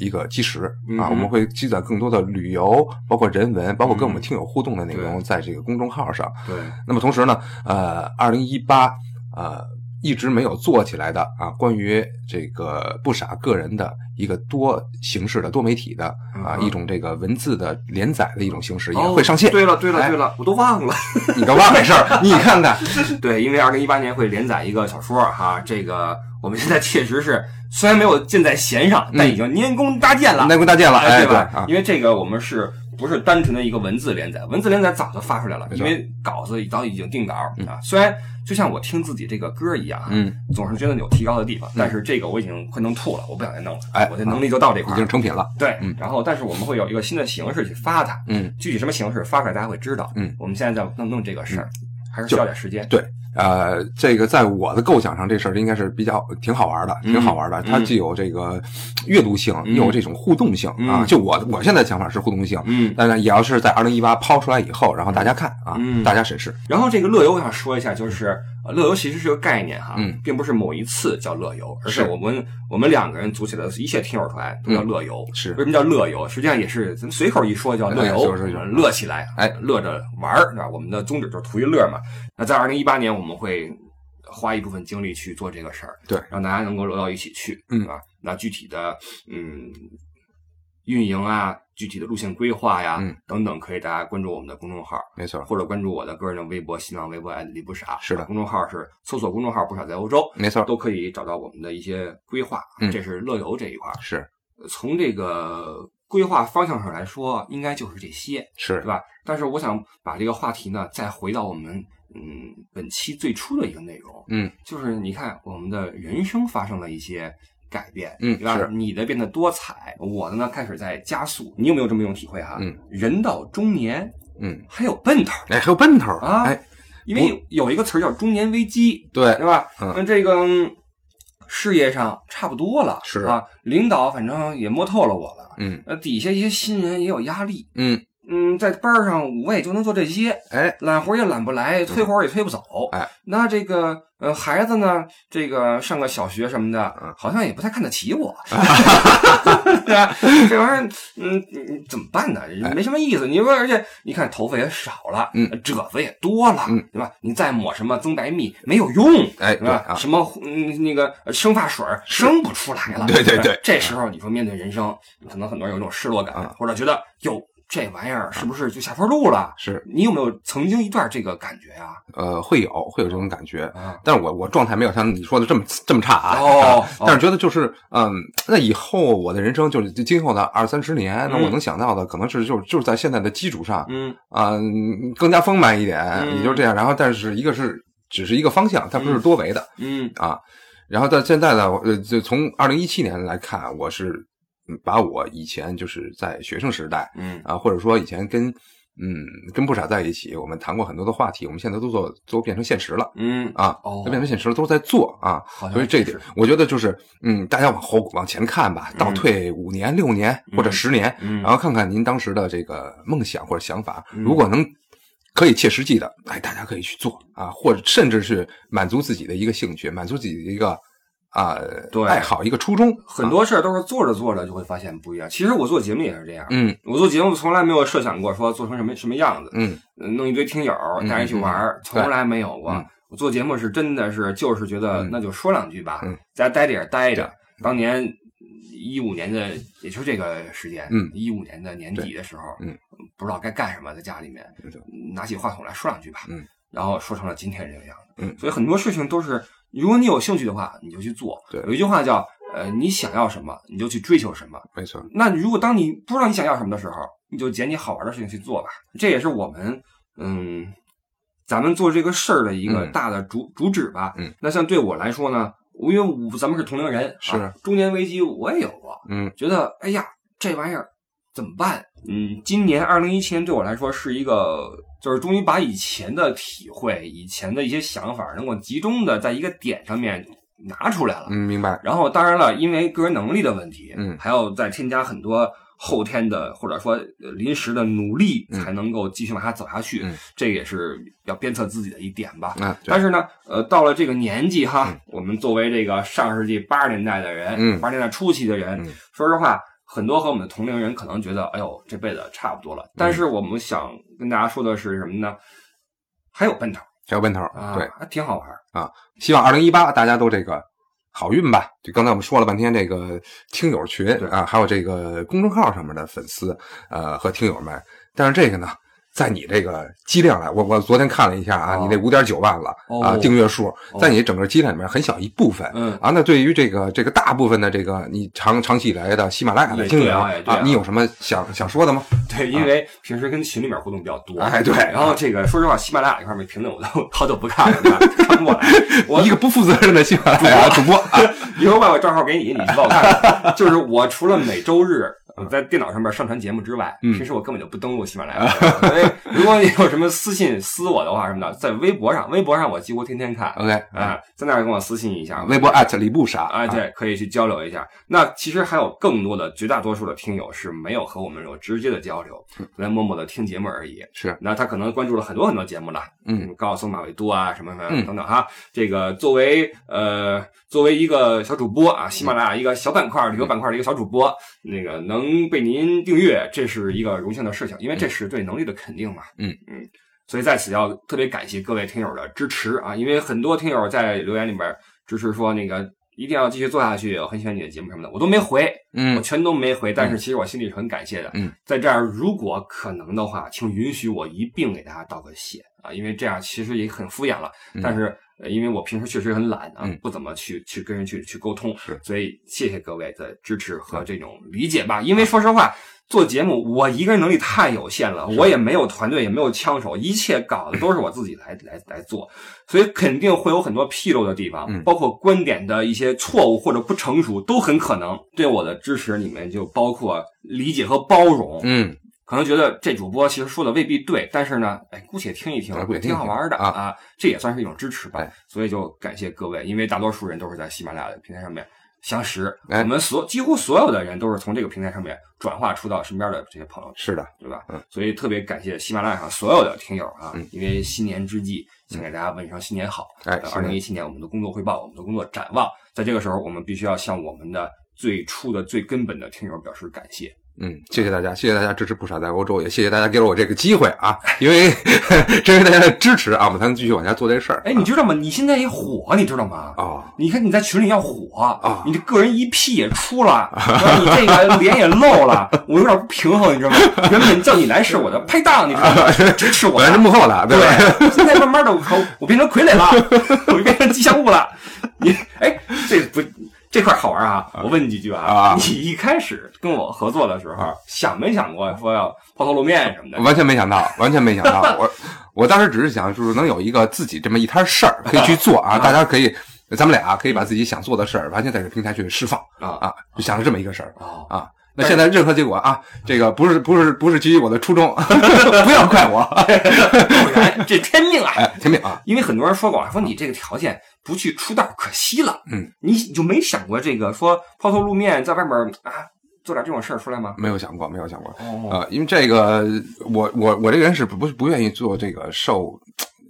[SPEAKER 3] 一个基石
[SPEAKER 2] 嗯
[SPEAKER 3] 啊，
[SPEAKER 2] 哼
[SPEAKER 3] 我们会积攒更多的旅游，包括人文，包括跟我们
[SPEAKER 2] 嗯
[SPEAKER 3] 听友互动的内容，
[SPEAKER 2] 对
[SPEAKER 3] 在这个公众号上。
[SPEAKER 2] 对，
[SPEAKER 3] 那么同时呢，呃，二零一八呃一直没有做起来的啊，关于这个不傻个人的一个多形式的多媒体的啊、
[SPEAKER 2] 嗯哼
[SPEAKER 3] 一种这个文字的连载的一种形式也
[SPEAKER 2] 哦
[SPEAKER 3] 会上线。
[SPEAKER 2] 对了，对了，
[SPEAKER 3] 哎
[SPEAKER 2] 对了，我都忘了。
[SPEAKER 3] 你干嘛没事儿？你看看，
[SPEAKER 2] 对，因为二零一八年会连载一个小说哈，这个我们现在确实是虽然没有箭在弦上，但已经拈弓搭箭了。
[SPEAKER 3] 南宫大嗯见了，
[SPEAKER 2] 哎，
[SPEAKER 3] 哎，
[SPEAKER 2] 吧？
[SPEAKER 3] 啊，
[SPEAKER 2] 因为这个我们是不是单纯的一个文字连载？文字连载早就发出来了，
[SPEAKER 3] 没
[SPEAKER 2] 因
[SPEAKER 3] 错
[SPEAKER 2] 为稿子早已经定稿啊。虽然就像我听自己这个歌一样啊，
[SPEAKER 3] 嗯，
[SPEAKER 2] 总是觉得有提高的地方，但是这个我已经快弄吐了，我不想再弄了。
[SPEAKER 3] 哎
[SPEAKER 2] 我的能力就到这块
[SPEAKER 3] 已
[SPEAKER 2] 儿
[SPEAKER 3] 经
[SPEAKER 2] 了。
[SPEAKER 3] 成品了。
[SPEAKER 2] 对
[SPEAKER 3] 嗯，
[SPEAKER 2] 然后但是我们会有一个新的形式去发它，
[SPEAKER 3] 嗯，
[SPEAKER 2] 具体什么形式发出来大家会知道。
[SPEAKER 3] 嗯，
[SPEAKER 2] 我们现在在弄弄这个事儿，还是需
[SPEAKER 3] 就
[SPEAKER 2] 要点时间。
[SPEAKER 3] 对，呃，这个在我的构想上，这事儿应该是比较挺好玩的，
[SPEAKER 2] 嗯
[SPEAKER 3] 挺好玩的。它
[SPEAKER 2] 嗯
[SPEAKER 3] 既有这个阅读性，
[SPEAKER 2] 嗯
[SPEAKER 3] 又有这种互动性啊。
[SPEAKER 2] 嗯
[SPEAKER 3] 就我我现在想法是互动性，
[SPEAKER 2] 嗯，
[SPEAKER 3] 但是也要是在二零一八抛出来以后，然后大家看啊，
[SPEAKER 2] 嗯
[SPEAKER 3] 大家审视。
[SPEAKER 2] 然后这个乐游，我想说一下，就是呃乐游其实是个概念哈，
[SPEAKER 3] 嗯
[SPEAKER 2] 并不是某一次叫乐游，而是
[SPEAKER 3] 是嗯
[SPEAKER 2] 我们我们两个人组起来的一切听友团都叫乐游。
[SPEAKER 3] 是
[SPEAKER 2] 为什么叫乐游？实际上也是咱们随口一说叫乐
[SPEAKER 3] 对
[SPEAKER 2] 游，
[SPEAKER 3] 随口说一说
[SPEAKER 2] 乐起来，
[SPEAKER 3] 哎
[SPEAKER 2] 乐着玩儿，对吧？我们的宗旨就是图一乐嘛。那在二零一八年，我们会花一部分精力去做这个事儿，
[SPEAKER 3] 对
[SPEAKER 2] 让大家能够聊到一起去，
[SPEAKER 3] 嗯
[SPEAKER 2] 对吧？那具体的，嗯，运营啊，具体的路线规划呀，
[SPEAKER 3] 嗯
[SPEAKER 2] 等等，可以大家关注我们的公众号。
[SPEAKER 3] 没错，
[SPEAKER 2] 或者关注我的个人的微博、新浪微博艾李不傻，
[SPEAKER 3] 是的
[SPEAKER 2] 公众号是搜索公众号“不傻在欧洲
[SPEAKER 3] 没”，错，
[SPEAKER 2] 都可以找到我们的一些规划。
[SPEAKER 3] 嗯
[SPEAKER 2] 这是乐游这一块儿。
[SPEAKER 3] 是
[SPEAKER 2] 呃从这个规划方向上来说，应该就是这些，
[SPEAKER 3] 是
[SPEAKER 2] 对，吧？但是我想把这个话题呢，再回到我们嗯本期最初的一个内容，
[SPEAKER 3] 嗯，
[SPEAKER 2] 就是你看我们的人生发生了一些。改变，
[SPEAKER 3] 嗯
[SPEAKER 2] 对吧？
[SPEAKER 3] 是
[SPEAKER 2] 你的变得多彩，我的呢开始在加速。你有没有这么一种体会哈、
[SPEAKER 3] 嗯，
[SPEAKER 2] 人到中年
[SPEAKER 3] 嗯，
[SPEAKER 2] 还有奔头，
[SPEAKER 3] 哎，还有奔头儿
[SPEAKER 2] 啊
[SPEAKER 3] 哎，
[SPEAKER 2] 因为有一个词儿叫中年危机，
[SPEAKER 3] 对
[SPEAKER 2] 对，吧？
[SPEAKER 3] 嗯
[SPEAKER 2] 那这个嗯事业上差不多了，
[SPEAKER 3] 是
[SPEAKER 2] 啊，领导反正也摸透了我了，
[SPEAKER 3] 嗯
[SPEAKER 2] 呃，底下一些新人也有压力，
[SPEAKER 3] 嗯，
[SPEAKER 2] 嗯，在班儿上我也就能做这些，
[SPEAKER 3] 哎，
[SPEAKER 2] 揽活儿也揽不来，推活儿也推不走，
[SPEAKER 3] 嗯哎，
[SPEAKER 2] 那这个呃孩子呢，这个上个小学什么的
[SPEAKER 3] 嗯，
[SPEAKER 2] 好像也不太看得 起我，对吧？这玩意儿，嗯，嗯怎么办呢？没什么意思。你说，而且你看头发也少了，
[SPEAKER 3] 哎嗯
[SPEAKER 2] 褶子也多了，
[SPEAKER 3] 嗯
[SPEAKER 2] 对吧？你再抹什么增白蜜没有用，
[SPEAKER 3] 哎
[SPEAKER 2] 对吧？
[SPEAKER 3] 对啊
[SPEAKER 2] 什么嗯那个生发水儿生不出来了，
[SPEAKER 3] 对对对
[SPEAKER 2] 这时候你说面对人生，可能很多人有一种失落感，
[SPEAKER 3] 啊
[SPEAKER 2] 或者觉得哟这玩意儿是不是就下坡路了？
[SPEAKER 3] 是
[SPEAKER 2] 你有没有曾经一段这个感觉呀、
[SPEAKER 3] 呃，会有会有这种感觉，
[SPEAKER 2] 啊？
[SPEAKER 3] 但是我我状态没有像你说的这么这么差啊。
[SPEAKER 2] 哦
[SPEAKER 3] 啊
[SPEAKER 2] 哦
[SPEAKER 3] 但是觉得就是嗯，那以后我的人生就是今后的二三十年，那
[SPEAKER 2] 嗯
[SPEAKER 3] 我能想到的可能是就是就是在现在的基础上，
[SPEAKER 2] 嗯
[SPEAKER 3] 嗯，更加丰满一点，
[SPEAKER 2] 嗯
[SPEAKER 3] 也就这样。然后但是一个是只是一个方向，它不是多维的、
[SPEAKER 2] 嗯
[SPEAKER 3] 啊。然后到现在呢，我呃，就从二零一七年来看，我是嗯把我以前就是在学生时代
[SPEAKER 2] 嗯
[SPEAKER 3] 啊，或者说以前跟嗯跟不傻在一起，我们谈过很多的话题，我们现在都做都变成现实了。
[SPEAKER 2] 嗯
[SPEAKER 3] 啊，
[SPEAKER 2] 哦
[SPEAKER 3] 那变成现实了，都在做啊，
[SPEAKER 2] 好像
[SPEAKER 3] 所以这一
[SPEAKER 2] 是
[SPEAKER 3] 点，我觉得就是，嗯，大家往后往前看吧，倒退五年、六年或者十年，
[SPEAKER 2] 嗯
[SPEAKER 3] 然后看看您当时的这个梦想或者想法，
[SPEAKER 2] 嗯
[SPEAKER 3] 如果能可以切实际的，哎，大家可以去做啊，或者甚至是满足自己的一个兴趣，满足自己的一个啊
[SPEAKER 2] 对
[SPEAKER 3] 爱好，一个初衷，
[SPEAKER 2] 很
[SPEAKER 3] 啊
[SPEAKER 2] 多事儿都是做着做着就会发现不一样。其实我做节目也是这样，
[SPEAKER 3] 嗯
[SPEAKER 2] 我做节目从来没有设想过说做成什么什么样子，呃
[SPEAKER 3] 嗯
[SPEAKER 2] 弄一堆听友
[SPEAKER 3] 嗯
[SPEAKER 2] 大家一起玩儿，
[SPEAKER 3] 嗯对
[SPEAKER 2] 从来没有过
[SPEAKER 3] 嗯。
[SPEAKER 2] 我做节目是真的是就是觉得
[SPEAKER 3] 嗯
[SPEAKER 2] 那就说两句吧
[SPEAKER 3] 嗯，
[SPEAKER 2] 大家待着也是待着。当年一五年的，也就这个时间
[SPEAKER 3] 嗯，
[SPEAKER 2] 一五年的年底的时候，
[SPEAKER 3] 嗯，
[SPEAKER 2] 不知道该干什么，在家里面
[SPEAKER 3] 对对
[SPEAKER 2] 拿起话筒来说两句吧，
[SPEAKER 3] 嗯，
[SPEAKER 2] 然后说成了今天这个样子。
[SPEAKER 3] 嗯
[SPEAKER 2] 所以很多事情都是，如果你有兴趣的话，你就去做。
[SPEAKER 3] 对
[SPEAKER 2] 有一句话叫呃，你想要什么，你就去追求什么。
[SPEAKER 3] 没错，
[SPEAKER 2] 那如果当你不知道你想要什么的时候，你就捡你好玩的事情去做吧。这也是我们嗯，咱们做这个事儿的一个
[SPEAKER 3] 嗯
[SPEAKER 2] 大的主、主旨吧。
[SPEAKER 3] 嗯，
[SPEAKER 2] 那像对我来说呢，我因为我咱们是同龄人，
[SPEAKER 3] 是
[SPEAKER 2] 啊、中年危机我也有过，
[SPEAKER 3] 嗯
[SPEAKER 2] 觉得哎呀这玩意儿怎么办？嗯，今年二零一七年对我来说是一个。就是终于把以前的体会、以前的一些想法，能够集中的在一个点上面拿出来了。
[SPEAKER 3] 嗯，明白，
[SPEAKER 2] 然后当然了，因为个人能力的问题，
[SPEAKER 3] 嗯
[SPEAKER 2] 还要再添加很多后天的或者说呃临时的努力，
[SPEAKER 3] 嗯
[SPEAKER 2] 才能够继续往下走下去。
[SPEAKER 3] 嗯
[SPEAKER 2] 这也是要鞭策自己的一点吧。
[SPEAKER 3] 啊，对
[SPEAKER 2] 但是呢，呃，到了这个年纪哈，我们作为这个上世纪八十年代的人，
[SPEAKER 3] 嗯
[SPEAKER 2] 八十年代初期的人，
[SPEAKER 3] 嗯
[SPEAKER 2] 说实话，很多和我们的同龄人可能觉得，哎呦，这辈子差不多了。但
[SPEAKER 3] 嗯
[SPEAKER 2] 是我们想跟大家说的是什么呢？还有奔头
[SPEAKER 3] 还有奔头，
[SPEAKER 2] 啊，
[SPEAKER 3] 对，
[SPEAKER 2] 还挺好玩儿。
[SPEAKER 3] 希望二零一八大家都这个好运吧。就刚才我们说了半天这个听友群
[SPEAKER 2] 对
[SPEAKER 3] 啊，还有这个公众号上面的粉丝呃和听友们，但是这个呢。在你这个基量来，我我昨天看了一下啊，
[SPEAKER 2] 哦
[SPEAKER 3] 你那五点九万了、
[SPEAKER 2] 哦
[SPEAKER 3] 啊，订阅数
[SPEAKER 2] 哦，
[SPEAKER 3] 在你整个基量里面很小一部分、
[SPEAKER 2] 嗯
[SPEAKER 3] 啊。那对于这个这个大部分的这个你长长期以来的喜马拉雅的
[SPEAKER 2] 也
[SPEAKER 3] 听友
[SPEAKER 2] 对啊也对啊
[SPEAKER 3] 你有什么想想说的吗？
[SPEAKER 2] 对，因为平时跟群里面互动比较多，
[SPEAKER 3] 哎对
[SPEAKER 2] 然后这个说实话，喜马拉雅这块儿面评论我都 好久不看了，看不过来。我
[SPEAKER 3] 一个不负责任的 喜马拉雅主播啊，
[SPEAKER 2] 以后把我账号给你，你去帮我看看。就是我除了每周日我在电脑上面上传节目之外，
[SPEAKER 3] 嗯
[SPEAKER 2] 平时我根本就不登录喜马拉雅。 所以如果你有什么私信私我的话什么的，在微博上，微博上我几乎天天看。
[SPEAKER 3] OK 啊，
[SPEAKER 2] 啊，在那儿跟我私信一下，
[SPEAKER 3] 微博嗯 at 李不傻
[SPEAKER 2] 啊，，对，可以去交流一下。那其实还有更多的绝大多数的听友是没有和我们有直接的交流，
[SPEAKER 3] 嗯
[SPEAKER 2] 在默默的听节目而已。
[SPEAKER 3] 是，
[SPEAKER 2] 那他可能关注了很多很多节目了，
[SPEAKER 3] 嗯，
[SPEAKER 2] 高晓松、马未都啊，什么什么
[SPEAKER 3] 嗯
[SPEAKER 2] 等等哈。这个作为呃，作为一个小主播
[SPEAKER 3] 嗯
[SPEAKER 2] 啊，喜马拉雅一个小板块、旅游板块的一个小主播，那个能被您订阅，这是一个荣幸的事情，因为这是对能力的肯定嘛。
[SPEAKER 3] 嗯
[SPEAKER 2] 嗯。所以在此要特别感谢各位听友的支持啊，因为很多听友在留言里边支持说那个一定要继续做下去，我很喜欢你的节目什么的，我都没回，我
[SPEAKER 3] 嗯，
[SPEAKER 2] 全都没回，但是其实我心里是很感谢的。
[SPEAKER 3] 嗯，
[SPEAKER 2] 在这儿如果可能的话，请允许我一并给大家道个谢啊，因为这样其实也很敷衍了。
[SPEAKER 3] 嗯
[SPEAKER 2] 但是呃因为我平时确实很懒啊，
[SPEAKER 3] 嗯
[SPEAKER 2] 不怎么去去跟人去去沟通，
[SPEAKER 3] 是
[SPEAKER 2] 所以谢谢各位的支持和这种理解吧。因为说实话，做节目我一个人能力太有限了，我也没有团队，也没有枪手，一切搞的都是我自己来来来做，所以肯定会有很多纰漏的地方，
[SPEAKER 3] 嗯
[SPEAKER 2] 包括观点的一些错误或者不成熟都很可能。对我的支持里面就包括理解和包容，
[SPEAKER 3] 嗯，
[SPEAKER 2] 可能觉得这主播其实说的未必对，但是呢，哎，姑且听一听
[SPEAKER 3] 啊姑且，听一听
[SPEAKER 2] 挺好玩的
[SPEAKER 3] 啊
[SPEAKER 2] 这也算是一种支持吧
[SPEAKER 3] 哎。
[SPEAKER 2] 所以就感谢各位，因为大多数人都是在喜马拉雅的平台上面相识，
[SPEAKER 3] 哎
[SPEAKER 2] 我们所几乎所有的人都是从这个平台上面转化出到身边的这些朋友，
[SPEAKER 3] 是的，
[SPEAKER 2] 对吧
[SPEAKER 3] 嗯？
[SPEAKER 2] 所以特别感谢喜马拉雅上所有的听友啊
[SPEAKER 3] 嗯，
[SPEAKER 2] 因为新年之际，想给大家问一声新年好。
[SPEAKER 3] 哎，
[SPEAKER 2] 呃二零一七年我们的工作汇报，我们的工作展望，在这个时候，我们必须要向我们的最初的、最根本的听友表示感谢。
[SPEAKER 3] 嗯，谢谢大家，谢谢大家支持不傻在欧洲，也谢谢大家给了我这个机会啊，因为 这是大家的支持啊，我们才能继续往下做这事儿。
[SPEAKER 2] 哎，你知道吗？你现在也火，你知道吗？
[SPEAKER 3] 啊，
[SPEAKER 2] 你看你在群里要火
[SPEAKER 3] 啊
[SPEAKER 2] 你这个人一屁也 出了，然后你这个脸也露了，我有点不平衡，你知道吗？原本叫你来是我的拍档，你知道吗？支持我
[SPEAKER 3] 本啊来是
[SPEAKER 2] 的，
[SPEAKER 3] 幕后的，对吧？
[SPEAKER 2] 对，现在慢慢的我我变成傀儡了，我就变成吉祥物了。你哎，这不这块好玩啊！我问你几句
[SPEAKER 3] 啊
[SPEAKER 2] 你一开始跟我合作的时候，想没想过说要抛头露面什么的？
[SPEAKER 3] 完全没想到，完全没想 到，我我当时只是想，就是能有一个自己这么一摊事儿可以去做 啊，大家可以，咱们俩可以把自己想做的事儿完全在这平台去释放
[SPEAKER 2] 啊
[SPEAKER 3] 啊，就想了这么一个事儿
[SPEAKER 2] 啊！
[SPEAKER 3] 啊。那现在任何结果啊，这个不是不是不是基于我的初衷， 不要怪我，
[SPEAKER 2] 偶然，这天命啊！
[SPEAKER 3] 哎，天命啊，
[SPEAKER 2] 因为很多人说过，说你这个条件不去出道可惜了。
[SPEAKER 3] 嗯，
[SPEAKER 2] 你你就没想过这个说抛头露面，在外面啊做点这种事儿出来吗？
[SPEAKER 3] 没有想过，没有想过，
[SPEAKER 2] 哦，
[SPEAKER 3] 啊，因为这个，我我我这个人是不不不愿意做这个受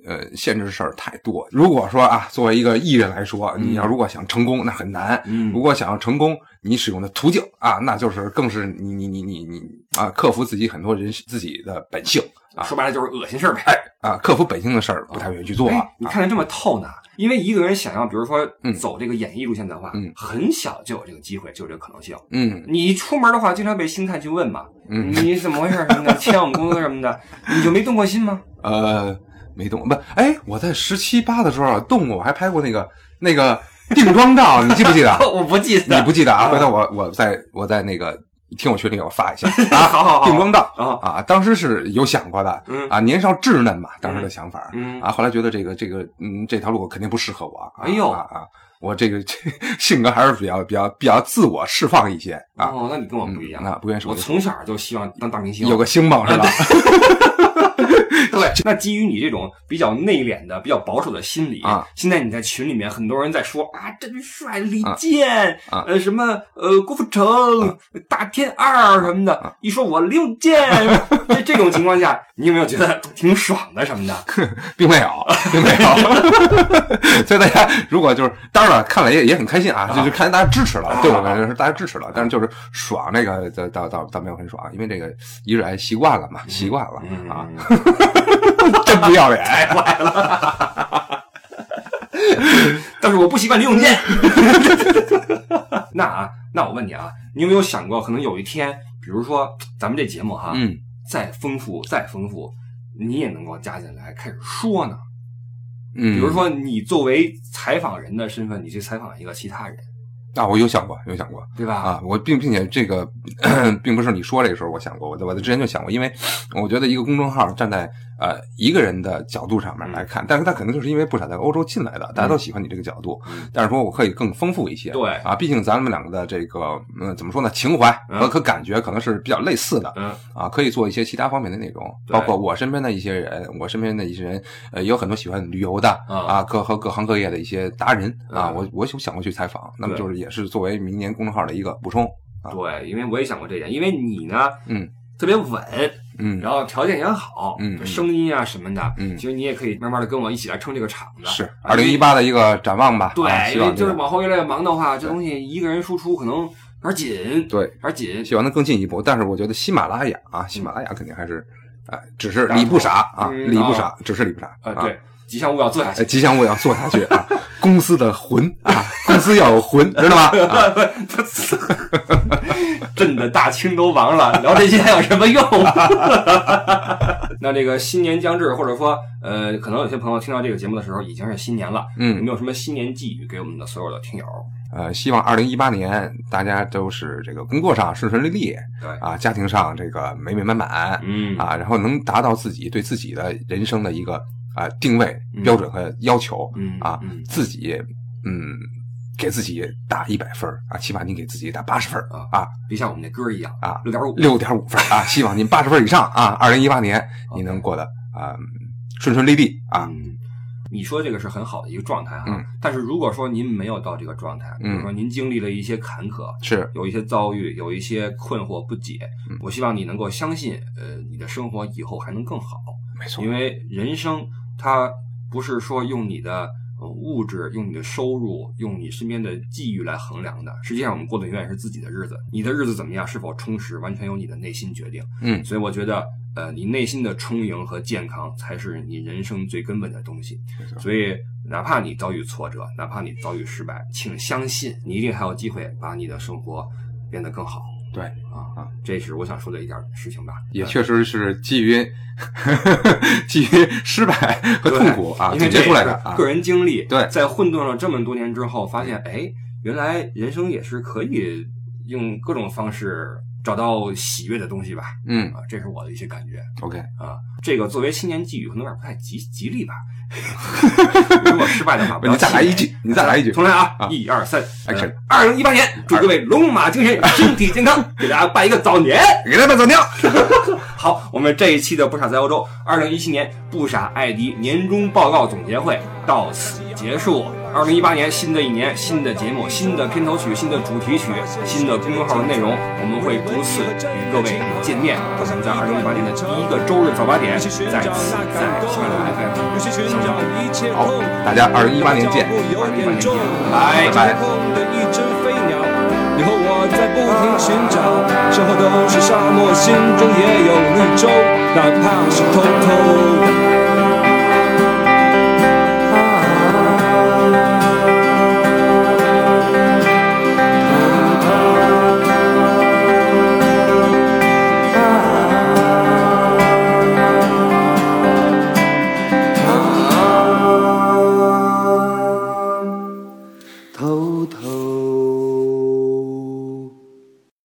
[SPEAKER 3] 呃限制事儿太多。如果说啊，作为一个艺人来说，你要如果想成功，那很难。
[SPEAKER 2] 嗯
[SPEAKER 3] 如果想要成功，你使用的途径啊，那就是更是你你你你你啊，克服自己很多人自己的本性
[SPEAKER 2] 说白了就是恶心事儿呗。
[SPEAKER 3] 啊，克服本性的事儿不太愿意去做啊
[SPEAKER 2] 哎，。你看得这么透呢？因为一个人想要，比如说
[SPEAKER 3] 嗯
[SPEAKER 2] 走这个演艺路线的话，
[SPEAKER 3] 嗯
[SPEAKER 2] 很小就有这个机会，就有这个可能性。
[SPEAKER 3] 嗯
[SPEAKER 2] 你一出门的话，经常被星探去问嘛，
[SPEAKER 3] 嗯
[SPEAKER 2] 你怎么回事儿 什么的，签我们公司什么的，你就没动过心吗？
[SPEAKER 3] 呃，没动不哎，我在十七八的时候啊动过，我还拍过那个那个定妆照，你记不记得？
[SPEAKER 2] 我不记
[SPEAKER 3] 你
[SPEAKER 2] 得。
[SPEAKER 3] 不记得啊？回头我我在我在那个听友群里我发一 下啊，
[SPEAKER 2] 好好好
[SPEAKER 3] 定光道
[SPEAKER 2] 啊
[SPEAKER 3] 啊，当时是有想过的
[SPEAKER 2] 嗯
[SPEAKER 3] 啊，年少稚嫩嘛，当时的想法
[SPEAKER 2] 嗯
[SPEAKER 3] 啊，后来觉得这个这个嗯这条路肯定不适合我，啊
[SPEAKER 2] 哎呦
[SPEAKER 3] 啊啊，我这个性格还是比较比较比较自我释放一些啊，
[SPEAKER 2] 哦，那你跟我不一样
[SPEAKER 3] 嗯那不愿意说
[SPEAKER 2] 我啊从小就希望当大明星，
[SPEAKER 3] 有个星梦是吧？
[SPEAKER 2] 对，那基于你这种比较内敛的、比较保守的心理，
[SPEAKER 3] 啊
[SPEAKER 2] 现在你在群里面很多人在说啊，真帅，李健，
[SPEAKER 3] 啊
[SPEAKER 2] 呃，什么呃，郭富城、大天二什么的，
[SPEAKER 3] 啊
[SPEAKER 2] 一说我六健， 这这种情况下，你有没有觉得挺爽的什么的？
[SPEAKER 3] 并没有，并没有。 所以大家如果就是，当然了，看了也也很开心啊，就就看大家支持了，对我们来说大家支持了，但是就是爽那个倒倒倒倒没有很爽，因为这个一日癌习惯了嘛，习惯了啊，
[SPEAKER 2] 嗯，哎
[SPEAKER 3] 真不要脸。
[SPEAKER 2] 但是我不习惯李 永健。 那啊，那我问你啊，你有没有想过，可能有一天，比如说咱们这节目哈，
[SPEAKER 3] 嗯，
[SPEAKER 2] 再丰富再丰富，你也能够加进来开始说呢？
[SPEAKER 3] 嗯，
[SPEAKER 2] 比如，说，你作为采访人的身份，你去采访一个其他人，
[SPEAKER 3] 啊，我有想过，有想过
[SPEAKER 2] 对吧？
[SPEAKER 3] 啊，我并并且这个 并不是你说这个时候我想过，我在我在之前就想过，因为我觉得一个公众号站在呃一个人的角度上面来看，但是他可能就是因为不少在欧洲进来的，大家都喜欢你这个角度，但是说我可以更丰富一些，
[SPEAKER 2] 嗯对
[SPEAKER 3] 啊，毕竟咱们两个的这个嗯怎么说呢，情怀和
[SPEAKER 2] 嗯
[SPEAKER 3] 和感觉可能是比较类似的，
[SPEAKER 2] 嗯
[SPEAKER 3] 啊，可以做一些其他方面的内容，
[SPEAKER 2] 对
[SPEAKER 3] 包括我身边的一些人，我身边的一些人，呃，也有很多喜欢旅游的
[SPEAKER 2] 啊
[SPEAKER 3] 啊，各和各行各业的一些达人啊，
[SPEAKER 2] 嗯
[SPEAKER 3] 我我有想过去采访，那么
[SPEAKER 2] 对
[SPEAKER 3] 就是也是作为明年公众号的一个补充，
[SPEAKER 2] 对，因为我也想过这一点，因为你呢，
[SPEAKER 3] 嗯，
[SPEAKER 2] 特别稳，
[SPEAKER 3] 嗯，
[SPEAKER 2] 然后条件也好，
[SPEAKER 3] 嗯
[SPEAKER 2] 就声音啊什么的，
[SPEAKER 3] 嗯
[SPEAKER 2] 其实你也可以慢慢的跟我一起来撑这个场子。
[SPEAKER 3] 是
[SPEAKER 2] 啊
[SPEAKER 3] 二零一，八的一个展望吧，
[SPEAKER 2] 因为
[SPEAKER 3] 啊希
[SPEAKER 2] 对，因为
[SPEAKER 3] 望这
[SPEAKER 2] 就是
[SPEAKER 3] 个
[SPEAKER 2] 往后越来越忙的话，这东西一个人输出可能有点紧，
[SPEAKER 3] 对
[SPEAKER 2] 有点紧。
[SPEAKER 3] 希望能更进一步，但是我觉得喜马拉雅啊，喜马拉雅肯定还是，哎，只是理不傻啊，
[SPEAKER 2] 嗯
[SPEAKER 3] 理不
[SPEAKER 2] 啊
[SPEAKER 3] 傻，只是理不傻
[SPEAKER 2] 啊，
[SPEAKER 3] 啊。
[SPEAKER 2] 对，吉祥物要做下
[SPEAKER 3] 呃
[SPEAKER 2] 去，
[SPEAKER 3] 吉祥物要做下去啊，公司的魂啊，公司要有魂，知道吗？啊，
[SPEAKER 2] 朕的大清都亡了， 聊这些有什么用？ 那这个新年将至，或者说，呃，可能有些朋友听到这个节目的时候已经是新年了，
[SPEAKER 3] 嗯
[SPEAKER 2] 有没有什么新年寄语给我们的所有的听友？
[SPEAKER 3] 呃，希望二零一八年大家都是这个工作上顺顺利利
[SPEAKER 2] 对，
[SPEAKER 3] 啊，家庭上这个美美满满、
[SPEAKER 2] 嗯
[SPEAKER 3] 啊，然后能达到自己对自己的人生的一个啊定位
[SPEAKER 2] 嗯
[SPEAKER 3] 标准和要求，
[SPEAKER 2] 嗯
[SPEAKER 3] 啊
[SPEAKER 2] 嗯
[SPEAKER 3] 自己嗯给自己打一百分儿啊，起码你给自己打八十分儿
[SPEAKER 2] 啊
[SPEAKER 3] 啊
[SPEAKER 2] 别像我们那歌一样
[SPEAKER 3] 啊
[SPEAKER 2] 六点五，
[SPEAKER 3] 六点五分儿啊，希望您八十分儿以上啊，二零一八年你能过得啊、顺顺利利啊，
[SPEAKER 2] 嗯，你说这个是很好的一个状态哈、
[SPEAKER 3] 嗯
[SPEAKER 2] 但是如果说您没有到这个状态，比如说您经历了一些坎坷，
[SPEAKER 3] 是
[SPEAKER 2] 有一些遭遇，有一些困惑不解，
[SPEAKER 3] 嗯
[SPEAKER 2] 我希望你能够相信，呃，你的生活以后还能更好，
[SPEAKER 3] 没错
[SPEAKER 2] 因，为人生它不是说用你的。呃物质用你的收入，用你身边的际遇来衡量的。实际上，我们过的永远是自己的日子。你的日子怎么样，是否充实，完全由你的内心决定。
[SPEAKER 3] 嗯，
[SPEAKER 2] 所以我觉得，呃，你内心的充盈和健康才是你人生最根本的东西。
[SPEAKER 3] 没错，
[SPEAKER 2] 所以，哪怕你遭遇挫折，哪怕你遭遇失败，请相信你一定还有机会把你的生活变得更好
[SPEAKER 3] 对。
[SPEAKER 2] 啊！
[SPEAKER 3] 啊
[SPEAKER 2] 这是我想说的一点事情吧。
[SPEAKER 3] 也
[SPEAKER 2] 嗯
[SPEAKER 3] 确实是基于 基于失败和痛苦啊
[SPEAKER 2] 因为
[SPEAKER 3] 总
[SPEAKER 2] 这
[SPEAKER 3] 结出来
[SPEAKER 2] 也
[SPEAKER 3] 的
[SPEAKER 2] 是
[SPEAKER 3] 啊
[SPEAKER 2] 个。人经历，
[SPEAKER 3] 对
[SPEAKER 2] 在混沌了这么多年之后，发现哎，原来人生也是可以用各种方式找到喜悦的东西吧？
[SPEAKER 3] 嗯
[SPEAKER 2] 啊，这是我的一些感觉。
[SPEAKER 3] ，OK，
[SPEAKER 2] 啊，这个作为新年寄语可能有点不太吉吉利 吧。如果失败的话，不要
[SPEAKER 3] 你再来
[SPEAKER 2] 气馁
[SPEAKER 3] 一句，你再来一句
[SPEAKER 2] 重来啊
[SPEAKER 3] 啊！
[SPEAKER 2] 一二三呃
[SPEAKER 3] Action
[SPEAKER 2] 二零一八年，祝各位龙马精神，身体健康，给大家拜一个早年。
[SPEAKER 3] 给他们走掉。
[SPEAKER 2] 好，我们这一期的不傻在欧洲，二零一七年不傻艾迪年终报告总结会到此结束。二零一八年，新的一年，新的节目，新的片头曲，新的主题曲，新的公众号的内容，我们会逐次与各位见面。我们在二零一八年的第一个周日早八点，再次在喜马拉雅 FM 相见。
[SPEAKER 3] 好，大家二零一八年见。
[SPEAKER 4] 有点重，
[SPEAKER 2] 拜
[SPEAKER 3] 拜
[SPEAKER 4] 空的一只飞鸟，你和我在不停寻找，身后都是沙漠，心中也有绿洲，哪怕是偷偷的。
[SPEAKER 1] 偷偷。